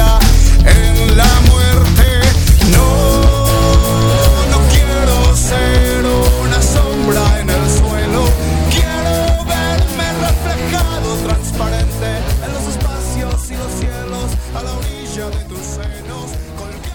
[SPEAKER 11] en la muerte. No, no quiero ser una sombra en el suelo. Quiero verme reflejado transparente en los espacios y los cielos, a la orilla de tus senos. colgando